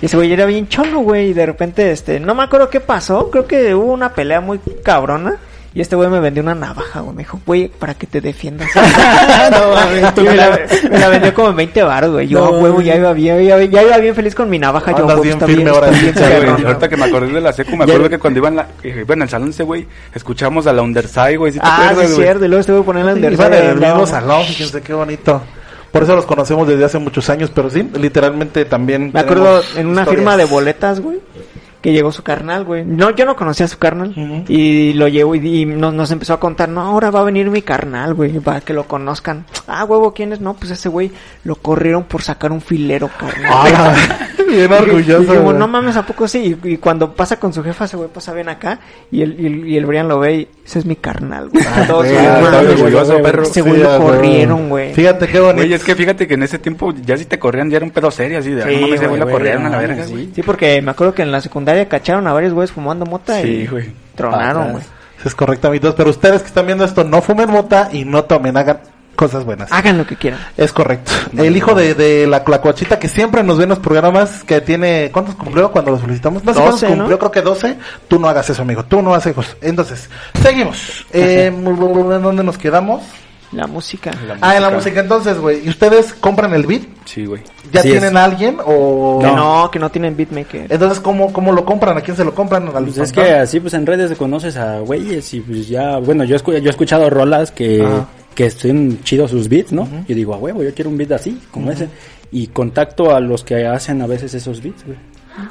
Speaker 2: Y ese güey era bien cholo, güey. Y de repente, este, no me acuerdo qué pasó. Creo que hubo una pelea muy cabrona. Y este güey me vendió una navaja, güey. Me dijo, güey, para que
Speaker 1: [laughs]
Speaker 2: te defiendas. no, mames, y me, la, me la vendió como en 20 baros, güey. Yo,
Speaker 3: No,
Speaker 2: huevo,
Speaker 3: güey.
Speaker 2: ya iba bien, ya, iba- ya iba bien feliz con mi navaja. yo,
Speaker 1: Andas
Speaker 2: huevo,
Speaker 1: bien
Speaker 2: está
Speaker 1: firme ahora,
Speaker 2: está
Speaker 1: sí,
Speaker 2: bien
Speaker 1: güey.
Speaker 4: Güey,
Speaker 2: cabrón,
Speaker 4: ahorita que me acordé de la secu, me acuerdo que cuando iban la, eh, bueno, en el salón ese güey, escuchamos a la Underside, güey, ¿sí te
Speaker 2: Ah, sí,
Speaker 4: acuerdas,
Speaker 2: es
Speaker 4: güey?
Speaker 2: cierto. Y luego este güey ponía la
Speaker 1: Y
Speaker 2: underside,
Speaker 1: van en el
Speaker 2: ¿no?
Speaker 1: mismo salón, fíjense qué bonito. Por eso los conocemos desde hace muchos años, pero sí, literalmente también.
Speaker 2: Me acuerdo
Speaker 1: tenemos
Speaker 2: en una
Speaker 1: historias. [laughs]
Speaker 2: firma de boletas, güey. Que llegó su carnal, güey. No, yo no conocía a su carnal. Y lo llevo y, y nos, nos empezó a contar, no, ahora va a venir mi carnal, güey, para que lo [laughs] conozcan. Ah, huevo, ¿quién es? No, pues ese güey lo corrieron por sacar un filero, carnal.
Speaker 1: Ah, la- Bien orgulloso.
Speaker 2: Y como,
Speaker 1: güey.
Speaker 2: no mames, ¿a poco sí? Y, y cuando pasa con su jefa, ese güey pasa bien acá. Y el, y, el- y el Brian lo ve y ese es mi carnal, güey. Todos,
Speaker 1: güey, Ah,
Speaker 2: "No
Speaker 1: está
Speaker 2: mames,
Speaker 1: bien
Speaker 2: güey".
Speaker 4: orgulloso, perro.
Speaker 2: Ese güey lo
Speaker 1: ah,
Speaker 2: corrieron, güey.
Speaker 1: Fíjate qué bonito.
Speaker 4: Güey, es que fíjate que en ese tiempo ya si te corrían ya era un pedo serio así de, ah,
Speaker 2: Sí,
Speaker 4: no mames, ese güey la
Speaker 3: güey,
Speaker 4: corrieron a la
Speaker 3: no
Speaker 4: verga,
Speaker 3: mames,
Speaker 4: güey.
Speaker 3: sí.
Speaker 2: Sí, porque me acuerdo que en la secundaria cacharon a varios güeyes fumando mota
Speaker 4: Sí,
Speaker 2: y
Speaker 4: güey.
Speaker 2: tronaron,
Speaker 3: Atrás.
Speaker 2: güey.
Speaker 1: Eso es correcto, amigos. Pero ustedes que están viendo esto, no fumen mota y no tomen, hagan cosas buenas.
Speaker 2: Hagan lo que quieran.
Speaker 1: Es correcto. El hijo de, de la Clacuachita que siempre nos ve en los programas, que tiene. ¿Cuántos cumplió cuando los felicitamos? No sé
Speaker 2: 12,
Speaker 1: cuántos
Speaker 2: ¿no?
Speaker 1: cumplió, creo que 12. Tú no hagas eso, amigo. Tú no hagas eso. Entonces, seguimos. Eh, ¿Dónde nos quedamos?
Speaker 2: La música.
Speaker 4: La
Speaker 1: Ah, en la música, entonces, güey. ¿Y ustedes compran el beat?
Speaker 4: Sí, güey.
Speaker 1: ¿Ya
Speaker 3: Así
Speaker 1: tienen
Speaker 3: es.
Speaker 1: a alguien? o
Speaker 2: Que no, que no tienen beatmaker.
Speaker 1: Entonces, ¿cómo, ¿cómo lo compran? ¿A quién se lo compran? ¿Al
Speaker 3: Pues es que
Speaker 1: fantasma?
Speaker 3: así pues en redes conoces a güeyes y pues ya, bueno, yo, escu- yo he escuchado rolas que,
Speaker 1: Ajá.
Speaker 3: que estén chidos sus beats, ¿no? Yo digo, a huevo, yo quiero un beat así, como ese. Y contacto a los que hacen a veces esos beats, güey.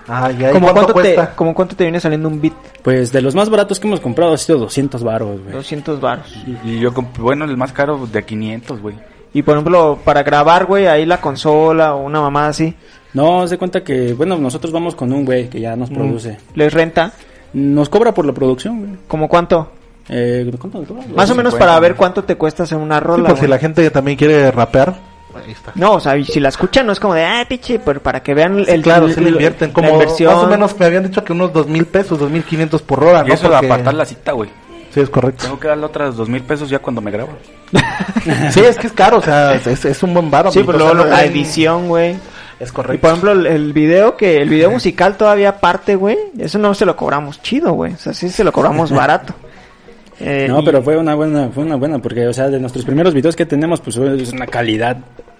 Speaker 1: Ah, ya. ¿y
Speaker 2: ¿Cómo
Speaker 1: cuánto
Speaker 2: cuánto, te,
Speaker 1: cuesta?
Speaker 2: como cuánto te viene saliendo un beat?
Speaker 3: Pues de los más baratos que hemos comprado ha sido 200 baros, güey.
Speaker 2: 200 baros.
Speaker 4: Y yo, comp- bueno, el más caro de 500, güey.
Speaker 2: Y por ejemplo, para grabar, güey, ahí la consola o una mamada así,
Speaker 3: No, se cuenta que, bueno, nosotros vamos con un güey que ya nos produce.
Speaker 2: les renta.
Speaker 3: Nos cobra por la producción, güey.
Speaker 2: ¿Como cuánto?
Speaker 3: Eh, ¿cuánto nos cobra?
Speaker 2: Más o menos
Speaker 4: 50,
Speaker 2: para
Speaker 4: ¿no?
Speaker 2: ver cuánto te cuesta hacer una
Speaker 1: Sí,
Speaker 2: rola.
Speaker 1: por si
Speaker 2: güey.
Speaker 1: la gente también quiere rapear. Ahí está.
Speaker 2: No, o sea, y si la escuchan no es como de, ah, piche, pero para que vean el...
Speaker 1: Sí, claro,
Speaker 2: el-
Speaker 1: sí le invierten.
Speaker 2: la
Speaker 1: Como
Speaker 2: inversión.
Speaker 1: más o menos me habían dicho que unos dos mil pesos, dos mil quinientos por hora,
Speaker 4: Y
Speaker 1: ¿no?
Speaker 4: eso de
Speaker 1: Porque-
Speaker 4: apartar la cita, güey.
Speaker 1: Sí, es correcto.
Speaker 2: [laughs]
Speaker 4: Tengo que darle otras dos mil pesos ya cuando me grabo.
Speaker 1: sí, es que es caro, o sea, es, es un buen baro.
Speaker 2: Sí,
Speaker 1: amigo,
Speaker 2: pero
Speaker 1: o sea,
Speaker 2: luego lo-
Speaker 1: no
Speaker 2: la
Speaker 1: hay-
Speaker 2: edición, güey.
Speaker 1: Es
Speaker 2: Y
Speaker 1: correcto.
Speaker 2: por ejemplo, el, el video que el video musical todavía aparte, güey, eso no se lo cobramos chido, güey. O sea, sí se lo cobramos barato. Eh,
Speaker 3: No,
Speaker 2: y-
Speaker 3: pero fue una buena, fue una buena, porque, o sea, de nuestros primeros videos que tenemos, pues es una calidad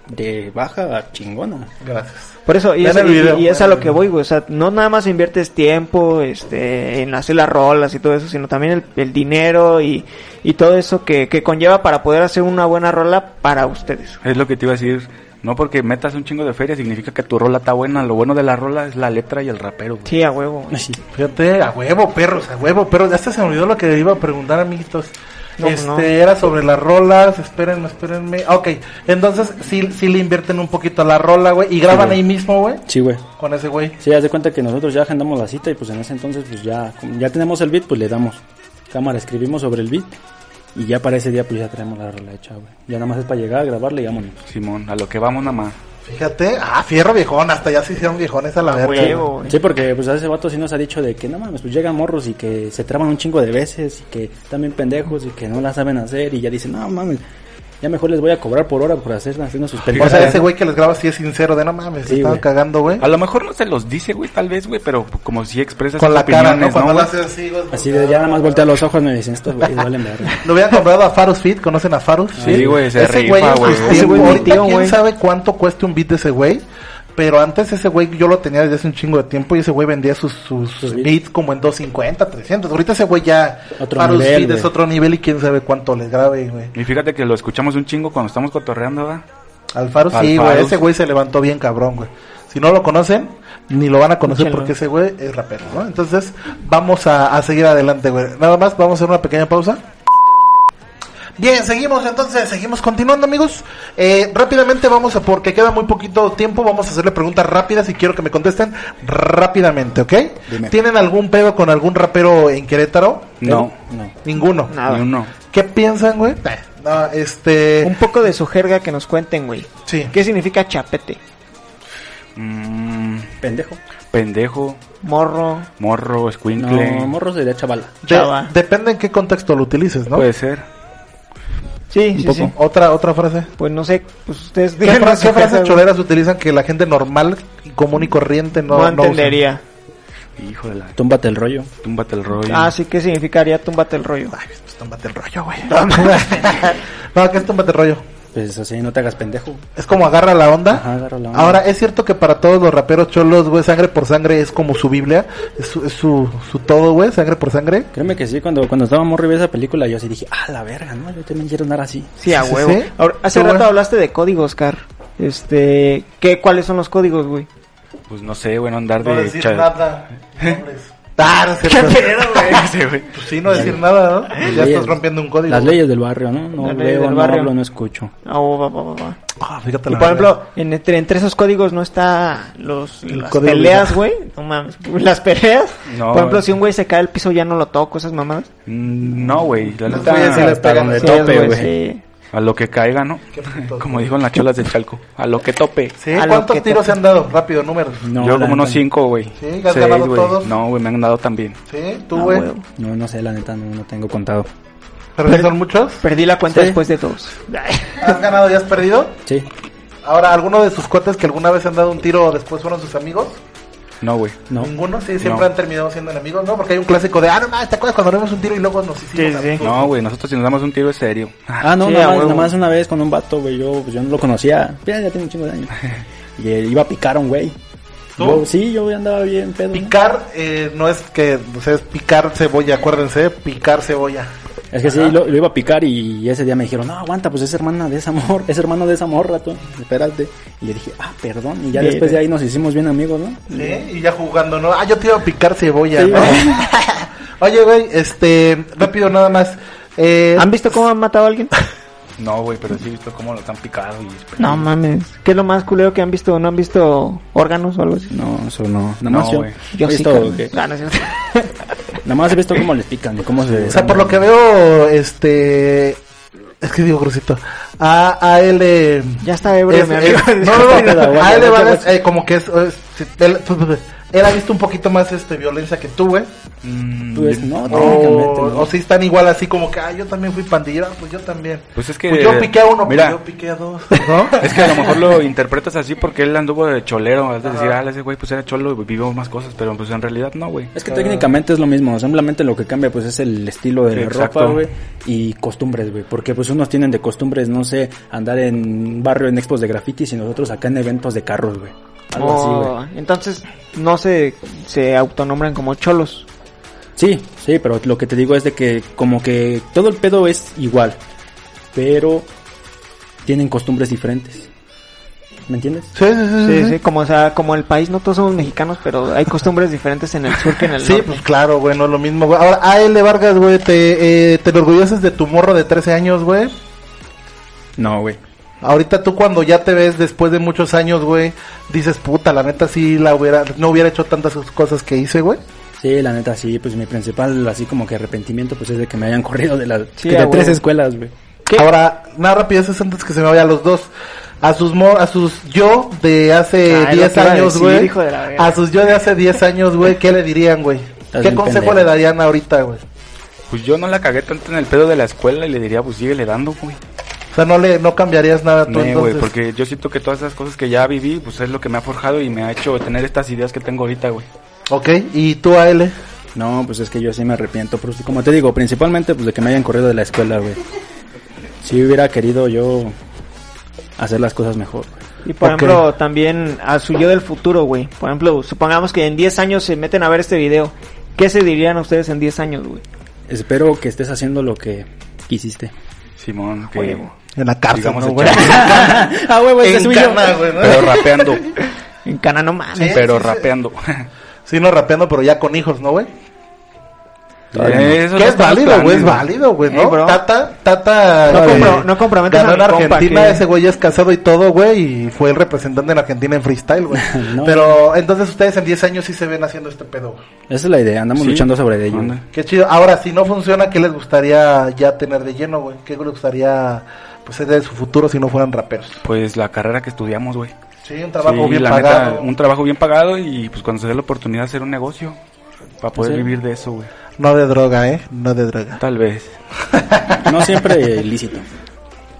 Speaker 3: de baja a chingona.
Speaker 1: Gracias.
Speaker 2: Por eso, y,
Speaker 1: Vean el
Speaker 2: eso- y-
Speaker 1: video,
Speaker 2: y es a
Speaker 1: vean
Speaker 2: lo
Speaker 1: el
Speaker 2: que voy, güey. O sea, no nada más inviertes tiempo este, en hacer las rolas y todo eso, sino también el, el dinero y, y todo eso que, que conlleva para poder hacer una buena rola para ustedes.
Speaker 4: Es lo que te iba a decir. No porque metas un chingo de feria significa que tu rola está buena. Lo bueno de la rola es la letra y el rapero, güey.
Speaker 2: Sí, a huevo. güey.
Speaker 3: Así.
Speaker 1: Fíjate, a huevo, perros, a huevo, perros. Ya hasta se me olvidó lo que iba a preguntar, amiguitos.
Speaker 2: No, pues
Speaker 1: este,
Speaker 2: no.
Speaker 1: era sobre las rolas, espérenme, espérenme. Ah, Ok, entonces sí, sí le invierten un poquito a la rola, güey, y graban
Speaker 3: güey.
Speaker 1: ahí mismo, güey,
Speaker 3: Sí, güey.
Speaker 1: con ese güey.
Speaker 3: Sí, haz de cuenta que nosotros ya agendamos la cita y pues en ese entonces pues ya, como ya tenemos el beat, pues le damos cámara, escribimos sobre el beat y ya para ese día pues ya tenemos la rola hecha, güey. Ya nada más es para llegar, grabarle y vámonos.
Speaker 4: Simón, a lo que vamos nada más.
Speaker 1: Fíjate, ah, fierro viejón, hasta ya se hicieron viejones a la
Speaker 2: A
Speaker 1: verga.
Speaker 2: huevo, güey.
Speaker 3: Sí, porque pues a ese vato sí nos ha dicho de que no mames, pues llegan morros y que se traban un chingo de veces y que también pendejos y que no la saben hacer y ya dicen, no mames, ya mejor les voy a cobrar por hora por hacer haciendo sus
Speaker 1: O
Speaker 3: pendejadas.
Speaker 1: sea, ese güey que les graba sí es sincero, de no mames,
Speaker 3: Sí,
Speaker 1: se estaban
Speaker 3: güey.
Speaker 1: cagando, güey.
Speaker 4: A lo mejor no se los dice, güey, tal vez, güey, pero como si expresas
Speaker 1: Con
Speaker 4: tus
Speaker 1: la cara, ¿no?
Speaker 4: opiniones,
Speaker 1: Cuando la
Speaker 4: güey?
Speaker 1: hace así, güey.
Speaker 3: Así de ya nada más voltea los ojos y me dicen, estos güeyes valen verga.
Speaker 1: [laughs] Lo hubieran comprado a Farus Fit, ¿conocen a Farus?
Speaker 4: Sí, güey, se
Speaker 1: Ese
Speaker 4: rifa,
Speaker 1: güey en
Speaker 4: güey.
Speaker 1: sus
Speaker 4: Ese
Speaker 1: tiempos,
Speaker 2: güey es mi
Speaker 1: ahorita
Speaker 2: tío,
Speaker 1: quién
Speaker 2: güey.
Speaker 1: sabe cuánto cuesta un beat de ese güey. Pero antes ese güey yo lo tenía desde hace un chingo de tiempo y ese güey vendía sus, sus, sus
Speaker 3: beats.
Speaker 1: beats como en 250, 300. Ahorita ese güey ya
Speaker 3: Otro
Speaker 1: Farus
Speaker 3: nivel,
Speaker 1: Fit es
Speaker 3: güey.
Speaker 1: otro nivel y quién sabe cuánto les grabe, güey.
Speaker 4: Y fíjate que lo escuchamos un chingo cuando estamos cotorreando, ¿verdad?
Speaker 1: Al Farus
Speaker 4: Al
Speaker 1: sí, güey.
Speaker 4: Farus.
Speaker 1: Ese güey se levantó bien cabrón, güey. Si no lo conocen, ni lo van a conocer
Speaker 2: Escúchenlo.
Speaker 1: porque ese güey es rapero, ¿no? Entonces, vamos a, a seguir adelante, güey. Nada más, vamos a hacer una pequeña pausa. Bien, seguimos entonces, seguimos continuando amigos. Eh, rápidamente vamos a, porque queda muy poquito tiempo, vamos a hacerle preguntas rápidas y quiero que me contesten rápidamente, ¿ok?
Speaker 4: Dime.
Speaker 1: ¿Tienen algún pedo con algún rapero en Querétaro?
Speaker 4: No,
Speaker 3: No.
Speaker 1: Ninguno.
Speaker 2: Nada.
Speaker 4: ni uno.
Speaker 1: ¿Qué piensan, güey? Eh, No,
Speaker 2: Un
Speaker 1: este...
Speaker 2: poco de su jerga que nos cuenten, güey.
Speaker 1: Sí.
Speaker 2: ¿Qué significa chapete?
Speaker 4: Mm,
Speaker 3: Pendejo.
Speaker 4: pendejo,
Speaker 2: Morro,
Speaker 4: morro, escuincle.
Speaker 3: No, morro sería chavala.
Speaker 1: De-
Speaker 2: chava.
Speaker 1: depende en qué contexto lo utilices, ¿no?
Speaker 3: Pues,
Speaker 4: Puede ser.
Speaker 2: Sí, sí,
Speaker 1: poco.
Speaker 2: sí.
Speaker 1: Otra, otra frase.
Speaker 2: Pues no sé, pues ustedes
Speaker 1: ¿Qué,
Speaker 2: díganos
Speaker 1: fra-
Speaker 2: su
Speaker 1: qué frases
Speaker 2: jerga, güey.
Speaker 1: choleras utilizan que la gente normal, y común y corriente no,
Speaker 2: No,
Speaker 1: no usa?
Speaker 2: entendería.
Speaker 4: Hijo de la...
Speaker 3: Túmbate el rollo.
Speaker 4: Túmbate el rollo.
Speaker 2: Ah, sí, ¿qué significaría túmbate el rollo?
Speaker 1: Ay, pues tómate el rollo, [laughs] güey. no, que es tómate el rollo.
Speaker 3: Pues así no te hagas pendejo.
Speaker 1: Es como agarra la onda.
Speaker 3: Ajá, agarra la onda.
Speaker 1: Ahora, eh, es cierto que para todos los raperos cholos, güey, sangre por sangre es como su Biblia, es su, es su, su todo, güey, sangre por sangre.
Speaker 3: Créeme que sí, cuando, cuando estaba morro y vi esa película, yo así dije, ah, la verga, ¿no? Yo también quiero andar así.
Speaker 2: [laughs] Sí, a
Speaker 1: Sí, sí,
Speaker 2: huevo.
Speaker 1: sí.
Speaker 2: Ahora, hace
Speaker 1: Qué
Speaker 2: rato
Speaker 1: bueno.
Speaker 2: hablaste de códigos, Oscar. Este, ¿qué, ¿cuáles son los códigos, güey?
Speaker 4: Pues no sé, bueno, andar de... cha-
Speaker 1: Ah,
Speaker 2: [laughs]
Speaker 1: no es cierto.
Speaker 4: Sí, güey.
Speaker 1: Pues [laughs] sí, no decir nada, ¿no? Pues ya
Speaker 3: leyes.
Speaker 1: estás rompiendo un código.
Speaker 3: Las leyes del barrio, ¿no? No
Speaker 2: Las leyes
Speaker 3: veo,
Speaker 2: del
Speaker 3: no
Speaker 2: barrio.
Speaker 3: hablo, no escucho.
Speaker 2: Ah, oh, va, va, va, va.
Speaker 1: Ah, fíjate
Speaker 2: Y
Speaker 1: la
Speaker 2: por
Speaker 1: verdad.
Speaker 2: ejemplo, en- entre, entre esos códigos no está los,
Speaker 1: El
Speaker 2: las
Speaker 1: código
Speaker 2: peleas,
Speaker 1: de-
Speaker 2: güey. No mames, [laughs] las peleas.
Speaker 4: No,
Speaker 2: por ejemplo,
Speaker 4: güey.
Speaker 2: si un güey se cae al piso ya no lo toco, esas mamadas.
Speaker 4: Mm, No, güey.
Speaker 3: Pues
Speaker 4: La neta,
Speaker 1: Güey, sí,
Speaker 3: Ah, Hasta
Speaker 1: les pegan.
Speaker 3: donde
Speaker 1: De
Speaker 2: Sí,
Speaker 3: tope,
Speaker 2: güey,
Speaker 3: güey.
Speaker 2: sí.
Speaker 4: A lo que caiga, ¿no? [laughs] Como dijo en las cholas del Chalco. A lo que tope.
Speaker 1: Sí,
Speaker 2: a lo
Speaker 1: ¿cuántos
Speaker 2: que te-
Speaker 1: tiros se han dado? Rápido, números.
Speaker 3: No,
Speaker 4: Yo
Speaker 3: la
Speaker 4: como unos
Speaker 3: neta,
Speaker 4: cinco, güey.
Speaker 1: Sí, ¿has
Speaker 4: Seis,
Speaker 1: ganado
Speaker 4: güey.
Speaker 1: todos?
Speaker 4: No, güey, me han dado también.
Speaker 1: Sí, tú,
Speaker 2: Ah,
Speaker 1: güey.
Speaker 2: güey.
Speaker 3: No, no sé, la neta, no, no tengo contado.
Speaker 1: ¿Pero si son muchos?
Speaker 2: Perdí la cuenta
Speaker 3: Sí.
Speaker 2: después de todos.
Speaker 1: ¿Has ganado y has perdido?
Speaker 3: Sí.
Speaker 1: Ahora, ¿alguno de sus cuates que alguna vez se han dado un tiro o después fueron sus amigos?
Speaker 4: No, güey.
Speaker 3: No.
Speaker 1: Ninguno, sí, siempre
Speaker 4: No.
Speaker 1: han terminado siendo enemigos, ¿no? Porque hay un clásico de, ah, no mames, ¿te acuerdas cuando dimos un tiro y luego nos hicimos
Speaker 2: Sí, sí, sí.
Speaker 1: amigos?
Speaker 4: No, güey. Nosotros si nos damos un tiro es serio. [laughs]
Speaker 3: Ah, no,
Speaker 2: Sí, a
Speaker 3: nada, más,
Speaker 2: huevo.
Speaker 3: nada más una vez con un vato, güey, yo, pues, yo no lo conocía. Ya, ya tiene un chingo de [laughs] años. Y él iba a picar a un güey.
Speaker 1: ¿Tú?
Speaker 3: Yo- sí, yo andaba bien pedo. ¿no?
Speaker 1: Picar eh, no es que, o sea, es picar cebolla, acuérdense, picar cebolla.
Speaker 3: Es que sí, lo, lo iba a picar y ese día me dijeron, no, aguanta, pues es hermana de esa morra, [laughs] es hermano de esa morra, tú, espérate. Y le dije, ah, perdón, y ya
Speaker 2: Mira.
Speaker 3: después de ahí nos hicimos bien amigos, ¿no?
Speaker 1: ¿Sí? Y ya jugando, ¿no? Ah, yo te iba a picar cebolla,
Speaker 3: Sí,
Speaker 1: ¿no?
Speaker 3: güey.
Speaker 1: [laughs] Oye, güey, este, rápido nada más. Eh,
Speaker 2: ¿Han visto cómo han matado a alguien?
Speaker 4: No, güey, pero sí he visto cómo los han picado y...
Speaker 2: No mames. ¿Qué es lo más culero que han visto? ¿No han visto órganos o algo así?
Speaker 3: No, eso no.
Speaker 4: No,
Speaker 3: Nada más yo,
Speaker 4: güey.
Speaker 3: he
Speaker 2: Yo sí,
Speaker 3: visto
Speaker 2: cabrón.
Speaker 3: que-
Speaker 2: Ah, no es cierto.
Speaker 3: nada más he visto cómo les pican y cómo se...
Speaker 1: o sea, por lo que veo, este, es que digo grosito, a, a él, eh,
Speaker 2: [laughs] Ya está ebrio,
Speaker 1: es-
Speaker 2: mi
Speaker 1: es-
Speaker 2: amigo.
Speaker 1: [laughs] no, no, no,
Speaker 3: Pero,
Speaker 1: a
Speaker 3: bueno,
Speaker 1: él le
Speaker 3: no te
Speaker 1: vale,
Speaker 3: vas-
Speaker 1: eh, como que es, es- él, pues, él ha visto un poquito más, este, violencia que tú, güey.
Speaker 4: Mm,
Speaker 3: Tú ves, no, técnicamente
Speaker 1: O,
Speaker 3: no.
Speaker 1: o si están igual así como que, ah, yo también fui pandillero, ah, pues yo también.
Speaker 4: Pues es que...
Speaker 1: Pues yo piqué a uno,
Speaker 4: Mira,
Speaker 1: pues yo piqué a
Speaker 4: [laughs]
Speaker 1: dos, ¿no?
Speaker 4: Es que a lo mejor lo interpretas así porque él anduvo de cholero. Es decir, ah, ese güey pues era cholo y vivió más cosas, pero pues en realidad no, güey.
Speaker 2: Ah.
Speaker 3: Es que técnicamente es lo mismo, simplemente lo que cambia pues es el estilo de
Speaker 4: Sí,
Speaker 3: la
Speaker 4: exacto.
Speaker 3: ropa, güey, y costumbres, güey, porque pues unos tienen de costumbres, no sé, andar en un barrio en expos de grafitis y nosotros acá en eventos de carros, güey. Algo así,
Speaker 2: Oh,
Speaker 3: güey.
Speaker 2: entonces, no se, se autonombran como cholos.
Speaker 3: Sí, sí, pero lo que te digo es de que como que todo el pedo es igual, pero tienen costumbres diferentes. ¿Me entiendes?
Speaker 1: Sí, sí, sí.
Speaker 2: Sí, sí, como, o sea, como el país, no todos somos mexicanos, pero hay costumbres diferentes en el sur que en el
Speaker 1: Sí,
Speaker 2: norte.
Speaker 1: pues claro, güey, no es lo mismo, güey. Ahora, AL Vargas, güey, te, eh, te enorgulleces de tu morro de 13 años, güey.
Speaker 3: No, güey.
Speaker 1: Ahorita tú cuando ya te ves después de muchos años, güey, dices, puta, la neta sí la hubiera, no hubiera hecho tantas cosas que hice, güey.
Speaker 3: Sí, la neta, sí, pues mi principal así como que arrepentimiento pues es de que me hayan [laughs] corrido de las
Speaker 2: Sí,
Speaker 3: que
Speaker 2: a
Speaker 3: de
Speaker 2: huevo.
Speaker 3: tres escuelas, güey.
Speaker 2: ¿Qué?
Speaker 1: Ahora, nada rápido, eso es antes que se me vaya a los dos. A sus mo- a sus yo de hace
Speaker 2: Ah, es lo
Speaker 1: 10
Speaker 2: que iba a
Speaker 1: años,
Speaker 2: decir,
Speaker 1: güey.
Speaker 2: hijo de la verga.
Speaker 1: A sus yo de hace 10 años, güey, ¿qué le dirían, güey? ¿Qué
Speaker 3: bien
Speaker 1: consejo
Speaker 3: pendejo.
Speaker 1: le darían ahorita, güey?
Speaker 4: Pues yo no la cagué tanto en el pedo de la escuela y le diría, pues síguele dando, güey.
Speaker 1: O sea, no le no cambiarías nada tú
Speaker 4: No, güey,
Speaker 1: entonces.
Speaker 4: porque yo siento que todas esas cosas que ya viví, pues es lo que me ha forjado y me ha hecho tener estas ideas que tengo ahorita, güey.
Speaker 1: Ok, y tú a él.
Speaker 3: No, pues es que yo sí me arrepiento, pero sí, como te digo, principalmente pues de que me hayan corrido de la escuela, güey. Si hubiera querido yo hacer las cosas mejor. güey.
Speaker 2: Y por
Speaker 1: Ok.
Speaker 2: ejemplo, también a su yo del futuro, güey. Por ejemplo, supongamos que en 10 años se meten a ver este video. ¿Qué se dirían ustedes en 10 años, güey?
Speaker 3: Espero que estés haciendo lo que quisiste.
Speaker 4: Simón,
Speaker 2: [laughs]
Speaker 4: que...
Speaker 2: Huevo.
Speaker 1: En la cárcel,
Speaker 4: Digamos,
Speaker 1: ¿no,
Speaker 4: el
Speaker 1: güey?
Speaker 3: ah, güey, güey,
Speaker 1: En cana, [laughs] güey, ¿no?
Speaker 4: Pero [laughs] rapeando,
Speaker 2: En Cana no mames.
Speaker 1: Sí,
Speaker 4: pero
Speaker 1: sí, sí.
Speaker 4: rapeando.
Speaker 1: Sí, no rapeando, pero ya con hijos, ¿no, güey?
Speaker 4: Eso
Speaker 1: Que
Speaker 5: Eh,
Speaker 4: no
Speaker 1: es válido, güey, es
Speaker 4: planes,
Speaker 1: válido, güey,
Speaker 2: Eh,
Speaker 1: ¿no?
Speaker 2: bro.
Speaker 1: Tata, Tata...
Speaker 2: No
Speaker 1: eh,
Speaker 2: compro- no comprometas
Speaker 1: Ganó
Speaker 2: a
Speaker 1: en
Speaker 2: mi compa,
Speaker 1: Argentina,
Speaker 2: que-
Speaker 1: ese güey es casado y todo, güey, y fue el representante en Argentina en freestyle, güey.
Speaker 3: No.
Speaker 1: Pero entonces ustedes en 10 años sí se ven haciendo este pedo, güey.
Speaker 3: Esa es la idea, andamos
Speaker 4: Sí.
Speaker 3: luchando sobre ello.
Speaker 4: Anda.
Speaker 1: Qué chido. Ahora, si no funciona, ¿qué les gustaría ya tener de lleno, güey? ¿Qué les gustaría, pues, ser de su futuro si no fueran raperos?
Speaker 4: Pues la carrera que estudiamos, güey.
Speaker 1: Sí, un trabajo
Speaker 4: Sí,
Speaker 1: bien
Speaker 4: la
Speaker 1: pagado.
Speaker 4: neta, un trabajo bien pagado y pues cuando se dé la oportunidad de hacer un negocio para poder
Speaker 3: Sí.
Speaker 4: vivir de eso, güey.
Speaker 1: No de droga, ¿eh? No de droga.
Speaker 4: Tal vez.
Speaker 3: No siempre [laughs] ilícito.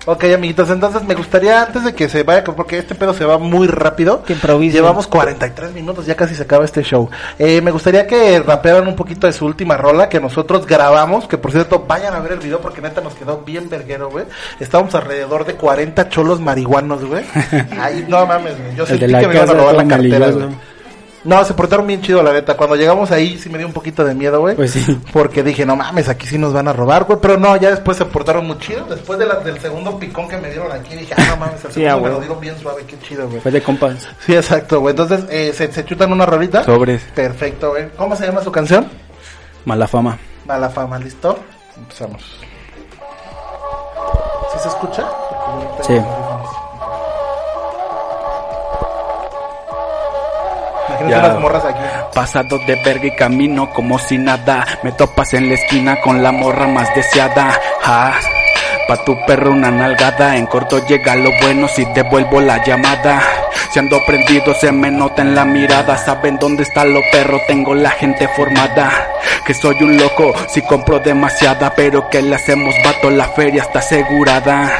Speaker 1: Ok, amiguitos, entonces me gustaría antes de que se vaya, porque este pedo se va muy rápido.
Speaker 2: Que improvisen.
Speaker 1: Llevamos 43 minutos, ya casi se acaba este show. Eh, me gustaría que rapearan un poquito de su última rola que nosotros grabamos, que por cierto, vayan a ver el video porque neta nos quedó bien verguero, güey. Estábamos alrededor de 40
Speaker 3: [laughs]
Speaker 1: cholos marihuanos, güey. Ay, no mames, güey. Yo
Speaker 3: El
Speaker 1: sentí
Speaker 3: de la
Speaker 1: que me iban a
Speaker 3: casa
Speaker 1: robar la
Speaker 3: todo
Speaker 1: cartera,
Speaker 3: melilloso.
Speaker 1: güey. No, se portaron bien chido, la neta. Cuando llegamos ahí sí me dio un poquito de miedo, güey.
Speaker 4: Pues sí.
Speaker 1: Porque dije, no mames, aquí sí nos van a robar, güey. Pero no, ya después se portaron muy chido. Después de la- del segundo picón que me dieron aquí, dije, ah, no mames, el
Speaker 2: Sí,
Speaker 1: segundo
Speaker 2: ah,
Speaker 1: me
Speaker 2: güey.
Speaker 1: lo dieron bien suave, qué chido, güey.
Speaker 4: Fue de compas.
Speaker 1: Sí, exacto, güey. Entonces, eh, se, se chutan una rolita.
Speaker 5: Sobres.
Speaker 1: Perfecto, güey. ¿Cómo se llama su canción?
Speaker 4: Mala fama.
Speaker 1: Mala fama, ¿listo? Empezamos. ¿Sí se escucha?
Speaker 4: Sí.
Speaker 1: Imagínate
Speaker 5: Ya.
Speaker 1: unas morras aquí.
Speaker 5: Pasado de verga y camino como si nada. Me topas en la esquina con la morra más deseada. Ja. Pa' tu perro una nalgada. En corto llega lo bueno si te vuelvo la llamada. Si ando prendido se me nota en la mirada. Saben dónde está lo perro, tengo la gente formada. Que soy un loco si compro demasiada. Pero que le hacemos vato, la feria está asegurada.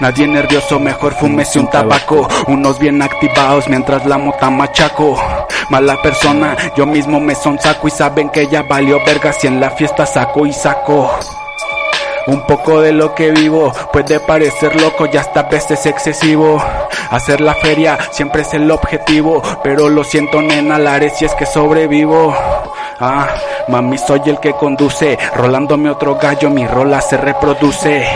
Speaker 5: Nadie nervioso, mejor fúmese un tabaco. Unos bien activados mientras la mota machaco. Mala persona, yo mismo me sonsaco y saben que ya valió verga si en la fiesta saco y saco. Un poco de lo que vivo puede parecer loco y hasta a veces excesivo. Hacer la feria siempre es el objetivo, pero lo siento nena, la haré si es que sobrevivo. Ah, mami, soy el que conduce, rolándome otro gallo, mi rola se reproduce.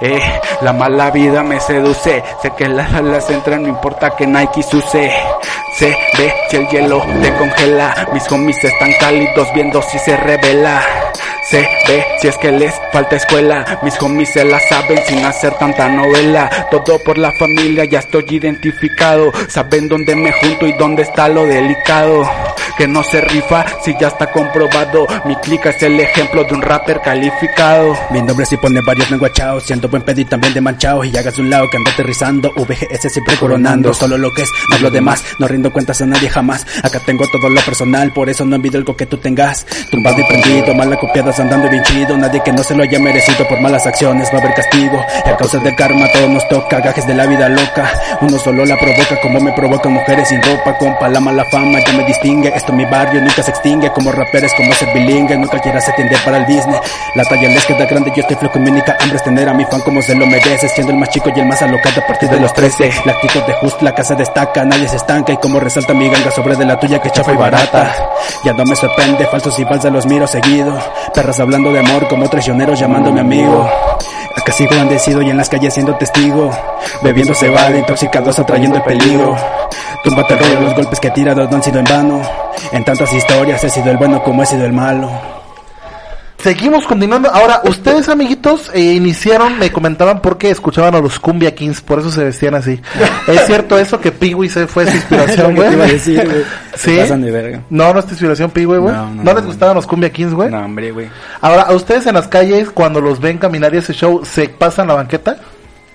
Speaker 5: Eh, la mala vida me seduce, sé que las alas entran, no importa que Nike use. Se ve si el hielo te congela, mis homies están cálidos viendo si se revela. Se ve si es que les falta escuela. Mis homies se la saben sin hacer tanta novela. Todo por la familia, ya estoy identificado. Saben dónde me junto y dónde está lo delicado. Que no se rifa si ya está comprobado. Mi clica es el ejemplo de un rapper calificado.
Speaker 3: Mi nombre sí pone varios menguachados, siendo buen pedo y también de manchao Y hagas un lado que ando aterrizando, VGS siempre coronando Solo lo que es, no es lo demás, no rindo cuentas a nadie jamás Acá tengo todo lo personal, por eso no envidio algo que tú tengas Tumbado y prendido, mal acopiadas andando bien chido Nadie que no se lo haya merecido por malas acciones va a haber castigo Y a causa del karma todo nos toca, gajes de la vida loca Uno solo la provoca, como me provocan mujeres sin ropa Compa, la mala fama ya me distingue, esto mi barrio nunca se extingue Como raperes, como ser bilingüe, no cualquiera se tiende para el business La talla les queda grande, yo estoy flojo, mi única hambre es tener a mi fan como se lo merece Siendo el más chico y el más alocado a partir de los 13 La actitud de Just, la casa destaca, nadie se estanca Y como resalta mi ganga sobre de la tuya que chafa y barata Ya no me sorprende, falsos y falsas los miro seguido Perras hablando de amor como traicioneros llamándome amigo Acá sigo andecido y en las calles siendo testigo Bebiendo cebada, intoxicados atrayendo el peligro Tumba terror, los golpes que he tirado no han sido en vano En tantas historias he sido el bueno como he sido el malo
Speaker 1: Seguimos continuando. Ahora, ustedes, amiguitos, eh, iniciaron, me comentaban por qué escuchaban a los Cumbia Kings, por eso se vestían
Speaker 4: [laughs]
Speaker 1: así. ¿Es cierto eso que Peewee se fue su inspiración,
Speaker 4: Lo
Speaker 1: güey?
Speaker 4: que te iba a
Speaker 1: [laughs]
Speaker 4: decir,
Speaker 3: [laughs]
Speaker 4: güey.
Speaker 1: ¿Sí?
Speaker 4: Se pasan de verga.
Speaker 1: No, no es tu inspiración Peewee, güey. No,
Speaker 5: No, no,
Speaker 1: les
Speaker 5: no.
Speaker 1: gustaban los Cumbia Kings, güey.
Speaker 5: No, hombre, güey.
Speaker 1: Ahora, ¿a ustedes en las calles, cuando los ven caminar y ese show, se pasan la banqueta?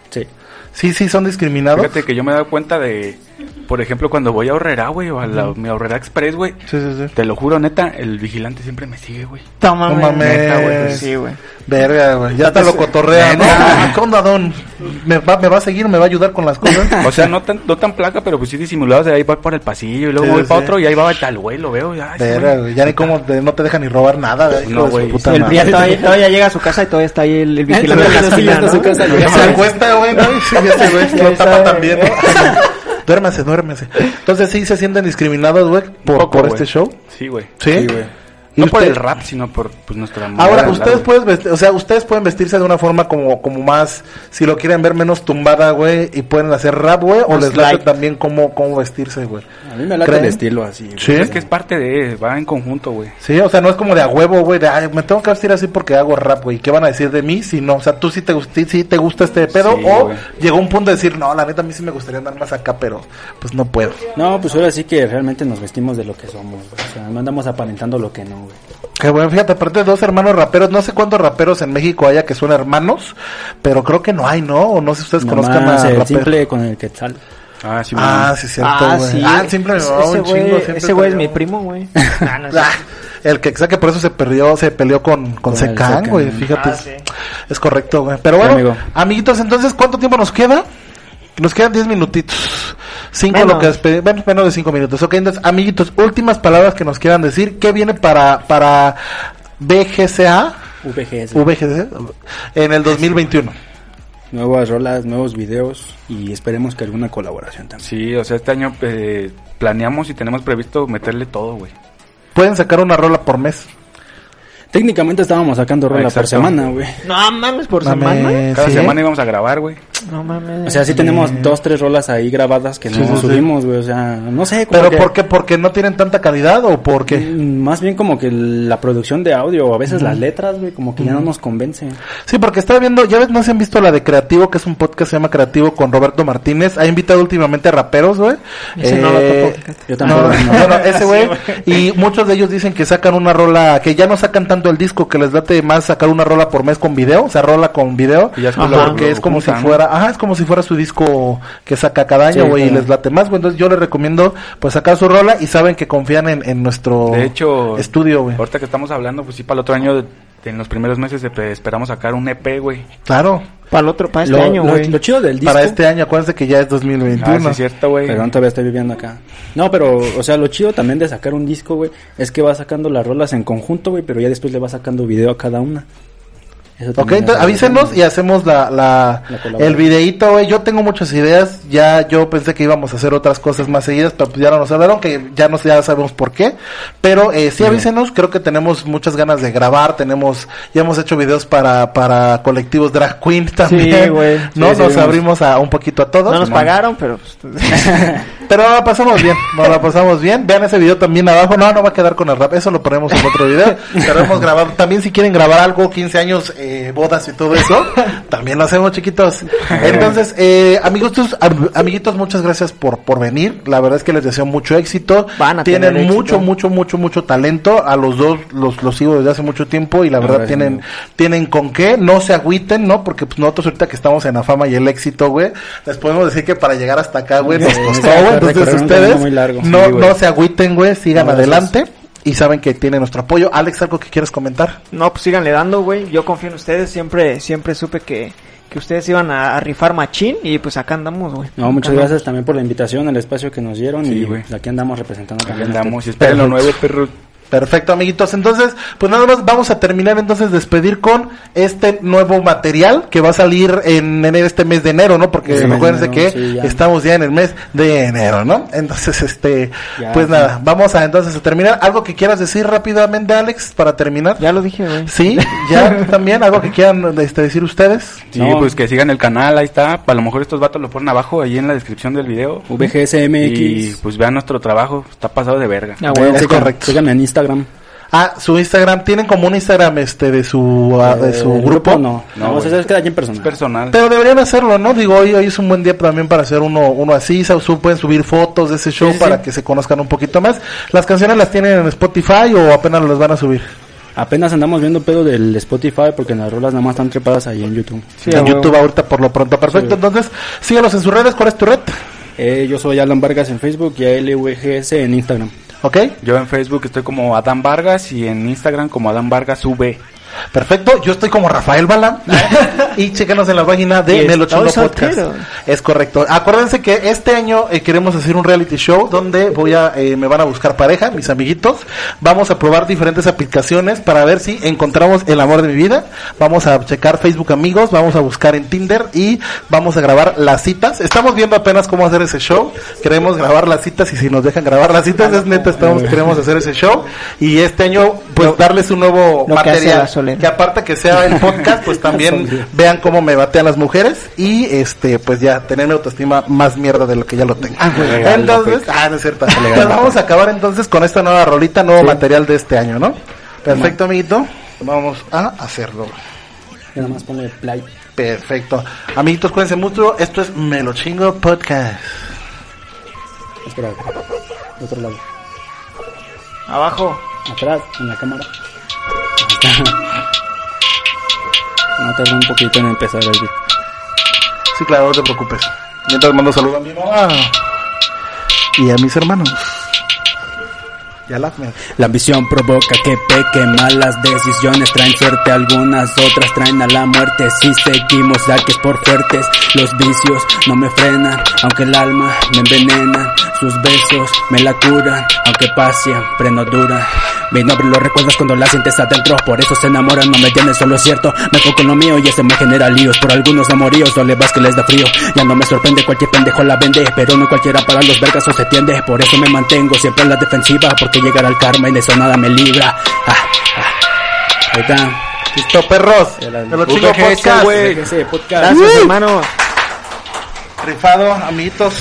Speaker 4: Sí.
Speaker 1: Sí, sí, son discriminados.
Speaker 5: Fíjate que yo me he dado cuenta de, por ejemplo, cuando voy a Horrera, güey, o a la, mi Horrera Express, güey.
Speaker 1: Sí, sí, sí.
Speaker 5: Te lo juro, neta, el vigilante siempre me sigue, güey.
Speaker 2: No mames.
Speaker 1: No mames.
Speaker 2: Neta, güey, pues sí, güey.
Speaker 1: Verga, güey. Ya te lo cotorrea, ¿no? [laughs] ¿Qué onda, don? ¿Me va, ¿Me va a seguir? ¿Me va a ayudar con las cosas? [laughs]
Speaker 5: O sea, no tan, no tan placa, pero pues sí disimulados. de Ahí va por el pasillo y luego
Speaker 1: Sí,
Speaker 5: voy
Speaker 1: sí,
Speaker 5: para
Speaker 1: sí.
Speaker 5: otro y ahí va tal güey, lo veo. Ya, ese
Speaker 1: Verga,
Speaker 5: güey.
Speaker 1: güey. Ya ni como te- no te deja ni robar nada, güey. hijo
Speaker 5: No,
Speaker 1: de su
Speaker 5: güey.
Speaker 1: puta
Speaker 2: el
Speaker 1: madre.
Speaker 2: día todavía, todavía llega a su casa [laughs] y todavía está ahí el, el
Speaker 5: [laughs]
Speaker 2: vigilante en
Speaker 4: Todavía
Speaker 2: la
Speaker 4: está
Speaker 2: esquina,
Speaker 4: siguiendo su
Speaker 2: ¿no? Ah,
Speaker 4: casa, güey.
Speaker 1: Ya se acuesta, güey, ¿no? Y sí, ese güey
Speaker 2: Ya
Speaker 1: lo tapa
Speaker 2: sabe.
Speaker 1: también.
Speaker 5: [laughs]
Speaker 1: duérmase, duérmase. Entonces sí se sienten discriminados, güey, por,
Speaker 5: Un poco,
Speaker 1: por
Speaker 5: güey.
Speaker 1: este show.
Speaker 5: Sí, güey.
Speaker 1: Sí.
Speaker 4: Sí, güey.
Speaker 1: ¿Y
Speaker 5: No por
Speaker 1: usted-
Speaker 5: el rap, sino por pues, nuestra manera
Speaker 1: Ahora,
Speaker 5: de
Speaker 1: ustedes
Speaker 5: hablar, güey.
Speaker 1: pueden vestir, o sea, ustedes pueden vestirse de una forma como, como más, si lo quieren ver menos tumbada, güey, y pueden hacer rap, güey, o
Speaker 2: Más
Speaker 1: les late
Speaker 2: light.
Speaker 1: también cómo, cómo vestirse, güey.
Speaker 4: A mí me late
Speaker 1: ¿Creen?
Speaker 4: el estilo así. güey.
Speaker 1: Sí.
Speaker 5: Es que es parte de. Va en conjunto, güey.
Speaker 1: Sí, o sea, no es como de a huevo, güey, de, "Ay, me tengo que vestir así porque hago rap, güey. ¿Qué van a decir de mí si no? O sea, tú sí te, gust- sí te gusta este pedo,
Speaker 5: Sí,
Speaker 1: o
Speaker 5: güey.
Speaker 1: llegó un punto de decir, no, la neta a mí sí me gustaría andar más acá, pero pues no puedo.
Speaker 4: No, pues ahora sí que realmente nos vestimos de lo que somos, güey. O sea, no andamos aparentando lo que no, güey.
Speaker 1: Que bueno, fíjate, aparte de dos hermanos raperos, no sé cuántos raperos en México haya que son hermanos, pero creo que no hay, ¿no? O no sé si ustedes conozcan
Speaker 4: Nomás
Speaker 1: a
Speaker 4: el
Speaker 1: raperos.
Speaker 4: simple con el que sale.
Speaker 5: Ah, sí,
Speaker 1: Ah,
Speaker 5: güey.
Speaker 1: sí, es cierto, güey. Ah, siempre me
Speaker 2: Ese-
Speaker 1: mamaba
Speaker 2: ese
Speaker 1: un
Speaker 2: güey-
Speaker 1: chingo. siempre
Speaker 2: Ese güey es mi
Speaker 1: traía-
Speaker 2: primo, güey. Ah, no,
Speaker 1: [laughs] Ah, el que saque por eso se perdió, se peleó con, con,
Speaker 4: Con el
Speaker 1: Secán,
Speaker 4: Secán.
Speaker 1: güey. Fíjate,
Speaker 2: Ah,
Speaker 1: es-
Speaker 2: sí.
Speaker 1: es correcto, güey. Pero bueno,
Speaker 4: Sí, amigo.
Speaker 1: amiguitos, entonces, ¿cuánto tiempo nos queda? Nos quedan 10 minutitos. Cinco
Speaker 2: Menos.
Speaker 1: lo que despe- bueno, menos de cinco minutos. Ok, entonces, amiguitos, últimas palabras que nos quieran decir. ¿Qué viene para, para BGCA?
Speaker 4: VGS.
Speaker 1: VGC en el 2021.
Speaker 3: nuevas rolas, nuevos videos y esperemos que alguna colaboración también.
Speaker 4: Sí, o sea, este año eh, planeamos y tenemos previsto meterle todo, güey.
Speaker 1: Pueden sacar una rola por mes.
Speaker 3: Técnicamente estábamos sacando rola por
Speaker 4: Exacto.
Speaker 3: semana, güey.
Speaker 2: No mames, por
Speaker 1: Mames,
Speaker 2: semana.
Speaker 4: Cada
Speaker 1: sí.
Speaker 4: semana íbamos a grabar, güey.
Speaker 2: No mames.
Speaker 3: O sea, sí tenemos dos, tres rolas ahí grabadas que no
Speaker 1: Eh, sí, sí.
Speaker 3: subimos, güey. O sea, no sé. como
Speaker 1: ¿Pero
Speaker 3: que-
Speaker 1: por qué? ¿Porque no tienen tanta calidad o por qué?
Speaker 3: Mm, Más bien como que la producción de audio, o a veces las letras, güey, como que ya no nos convence.
Speaker 1: Sí, porque estaba viendo, ya ves, no se han visto la de Creativo, que es un podcast que se llama Creativo con Roberto Martínez. Ha invitado últimamente a raperos, güey. Eh,
Speaker 2: Ese no lo topo.
Speaker 3: Yo tampoco.
Speaker 1: No,
Speaker 3: no.
Speaker 1: no, no,
Speaker 2: [laughs]
Speaker 1: ese güey. Y muchos de ellos dicen que sacan una rola, que ya no sacan tanto el disco, que les date más sacar una rola por mes con video, o sea, rola con video.
Speaker 4: Y ya
Speaker 1: Ajá.
Speaker 4: después lo-
Speaker 1: porque
Speaker 4: lo
Speaker 1: es como si
Speaker 4: juntan.
Speaker 1: fuera, ajá, es como si fuera su disco que saca cada año,
Speaker 3: Sí,
Speaker 1: güey, y
Speaker 3: claro.
Speaker 1: les late más, güey. Entonces yo les recomiendo, pues, sacar su rola y saben que confían en, en nuestro
Speaker 4: De hecho,
Speaker 1: estudio, güey.
Speaker 4: ahorita que estamos hablando, pues sí, para el otro año, en los primeros meses, eh, esperamos sacar un EP, güey.
Speaker 1: Claro,
Speaker 2: Para el otro, para este
Speaker 3: Lo-
Speaker 2: año,
Speaker 3: lo,
Speaker 2: güey.
Speaker 3: lo chido del disco.
Speaker 1: para este año, acuérdense que ya es 2021.
Speaker 4: Ah, sí, es cierto, güey.
Speaker 3: Perdón, todavía estoy viviendo acá. No, pero, o sea, lo chido también de sacar un disco, güey, es que va sacando las rolas en conjunto, güey, pero ya después le va sacando video a cada una. Eso
Speaker 1: Ok,
Speaker 3: también
Speaker 1: entonces
Speaker 3: es-
Speaker 1: avísenos y hacemos la, la,
Speaker 3: La colaboración.
Speaker 1: el videíto, güey. Yo tengo muchas ideas, ya yo pensé que íbamos a hacer otras cosas más seguidas, pero pues ya no nos hablaron, que ya no ya sabemos por qué. Pero eh, sí avísenos, creo que tenemos muchas ganas de grabar, tenemos, ya hemos hecho videos para, para colectivos drag queen [laughs] también.
Speaker 2: Sí, güey.
Speaker 1: ¿No?
Speaker 3: Sí,
Speaker 1: nos
Speaker 3: sí, vimos.
Speaker 1: abrimos a un poquito a todos.
Speaker 2: No nos pagaron, pero. pues, [laughs]
Speaker 1: Pero la pasamos bien, nos la pasamos bien. Vean ese video también abajo. No, no va a quedar con el rap. Eso lo ponemos en otro video. Pero hemos grabado. También si quieren grabar algo, 15 años, eh, bodas y todo eso, también lo hacemos, chiquitos. Entonces, eh, amigos, tus- am- amiguitos, muchas gracias por, por venir. La verdad es que les deseo mucho éxito.
Speaker 2: Van a
Speaker 1: tienen
Speaker 2: tener
Speaker 1: mucho,
Speaker 2: éxito.
Speaker 1: mucho, mucho, mucho talento. A los dos los, los sigo desde hace mucho tiempo y la verdad
Speaker 3: Gracias,
Speaker 1: tienen,
Speaker 3: amigo.
Speaker 1: tienen con qué. No se agüiten, ¿no? Porque pues, nosotros ahorita que estamos en la fama y el éxito, güey, les podemos decir que para llegar hasta acá, güey, nos
Speaker 3: Sí,
Speaker 1: costó,
Speaker 3: exacto,
Speaker 1: güey. pues, Entonces
Speaker 3: recorrer Este, un camino
Speaker 1: ustedes
Speaker 3: muy largo.
Speaker 1: no,
Speaker 3: Sí, güey.
Speaker 1: no se agüiten, güey, sigan
Speaker 3: No, gracias.
Speaker 1: adelante y saben que tienen nuestro apoyo. Alex, ¿algo que quieres comentar?
Speaker 2: No, pues síganle dando, güey. Yo confío en ustedes. Siempre, siempre supe que, que ustedes iban a, a rifar machín y pues acá andamos, güey.
Speaker 3: No, muchas
Speaker 2: Acá
Speaker 3: gracias también por la invitación, el espacio que nos dieron
Speaker 4: Sí,
Speaker 3: y
Speaker 4: güey.
Speaker 3: aquí andamos representando
Speaker 4: Ahí
Speaker 3: también. a
Speaker 4: andamos. Y
Speaker 3: ustedes.
Speaker 4: esperen lo
Speaker 1: Perfecto.
Speaker 4: nuevo, perro.
Speaker 1: Perfecto, amiguitos. Entonces, pues nada más vamos a terminar entonces despedir con este nuevo material que va a salir en enero, este mes de enero, ¿no? Porque
Speaker 3: Sí,
Speaker 1: acuérdense que
Speaker 3: enero, sí, ya.
Speaker 1: estamos ya en el mes de enero, ¿no? Entonces, este,
Speaker 3: Ya,
Speaker 1: pues
Speaker 3: sí.
Speaker 1: nada, vamos a entonces a terminar. ¿Algo que quieras decir rápidamente, Alex, para terminar?
Speaker 2: Ya lo dije,
Speaker 1: [laughs]
Speaker 2: güey.
Speaker 1: Sí, ya tú también, algo que quieran este, decir ustedes.
Speaker 4: Sí,
Speaker 3: No.
Speaker 4: pues que sigan el canal, ahí está. A lo mejor estos vatos lo ponen abajo, ahí en la descripción del video.
Speaker 3: VGSMX.
Speaker 4: Y pues vean nuestro trabajo, está pasado de verga.
Speaker 2: Ah,
Speaker 3: Bueno,
Speaker 2: güey.
Speaker 1: es
Speaker 3: sígan-
Speaker 1: correcto.
Speaker 3: Eh, Síganme en Instagram.
Speaker 1: Ah, su Instagram, tienen como un Instagram este de su ah, de su
Speaker 3: Eh,
Speaker 1: grupo.
Speaker 3: No,
Speaker 4: No,
Speaker 3: no, o sea,
Speaker 4: güey.
Speaker 3: es cada quien personal.
Speaker 4: Personal.
Speaker 1: Pero deberían hacerlo, ¿no? Digo, hoy, hoy es un buen día también para hacer uno uno así, sa- su- pueden subir fotos de ese show
Speaker 3: Sí, sí,
Speaker 1: para
Speaker 3: sí.
Speaker 1: que se conozcan un poquito más. ¿Las canciones las tienen en Spotify o apenas las van a subir?
Speaker 3: Apenas andamos viendo pedo del Spotify porque las rolas nada más están trepadas ahí en YouTube.
Speaker 2: Sí,
Speaker 1: en
Speaker 2: a huevo.
Speaker 1: YouTube ahorita por lo pronto. Perfecto,
Speaker 3: Sí.
Speaker 1: entonces síganos en sus redes. ¿Cuál es tu red?
Speaker 3: Eh, yo soy Alan Vargas en Facebook y ALVGS en Instagram.
Speaker 1: ¿Ok?
Speaker 4: Yo en Facebook estoy como Adán Vargas y en Instagram como Adán Vargas V.
Speaker 1: Perfecto, yo estoy como Rafael
Speaker 3: [laughs]
Speaker 1: Balán y chéquenos en la página de
Speaker 2: Y
Speaker 1: Melo Chulo
Speaker 2: estoy
Speaker 1: Podcast.
Speaker 2: soltero.
Speaker 1: Es correcto. Acuérdense que este año eh, queremos hacer un reality show donde voy a eh, me van a buscar pareja, mis amiguitos. Vamos a probar diferentes aplicaciones para ver si encontramos el amor de mi vida. Vamos a checar Facebook amigos, vamos a buscar en Tinder y vamos a grabar las citas. Estamos viendo apenas cómo hacer ese show. Queremos grabar las citas y si nos dejan grabar las citas es neta estamos
Speaker 2: Eh.
Speaker 1: queremos hacer ese show y este año pues darles un nuevo
Speaker 2: lo que hace
Speaker 1: material
Speaker 2: la Soler.
Speaker 1: que aparte que sea el podcast,
Speaker 2: [laughs]
Speaker 1: pues también vean cómo me batean las mujeres y este pues ya tener mi autoestima más mierda de lo que ya lo tengo. entonces, ah, no es cierto. Pues vamos a acabar entonces con esta nueva rolita, nuevo material de este año, ¿no? Perfecto, amiguito. Vamos a hacerlo.
Speaker 3: Yo nada más pongo de play.
Speaker 1: Perfecto. Amiguitos, cuídense mucho. Esto es Me lo chingo podcast.
Speaker 3: Espera, de otro lado.
Speaker 2: Abajo.
Speaker 3: Atrás, en la cámara. Ahí está. No tardó un poquito en empezar el beat.
Speaker 1: Sí, claro, no te preocupes. Mientras mando saludos a mi mamá y a mis hermanos. Y a la
Speaker 5: La ambición provoca que peque, malas decisiones traen suerte, algunas otras traen a la muerte. Si seguimos jaques por fuertes, los vicios no me frenan, aunque el alma me envenena, sus besos me la curan, aunque pase, pero no duran.
Speaker 3: Mi nombre lo recuerdas cuando la sientes adentro Por eso se enamoran, no me llenen solo es cierto Me enfoco en lo mío y ese me genera líos Por algunos amoríos, no le vas que les da frío Ya no me sorprende, cualquier pendejo la vende Pero no cualquiera para los vergas o se tiende Por eso me mantengo siempre en la defensiva Porque llegar al karma y de eso nada me libra ah, ah. Ahí está
Speaker 1: Listo, perros.
Speaker 2: El-
Speaker 1: Me
Speaker 2: el
Speaker 1: lo chingo
Speaker 6: VGS,
Speaker 1: podcast.
Speaker 6: güey.
Speaker 2: Ese podcast.
Speaker 7: Gracias,
Speaker 1: Uh.
Speaker 7: hermano.
Speaker 1: Rifado, amiguitos.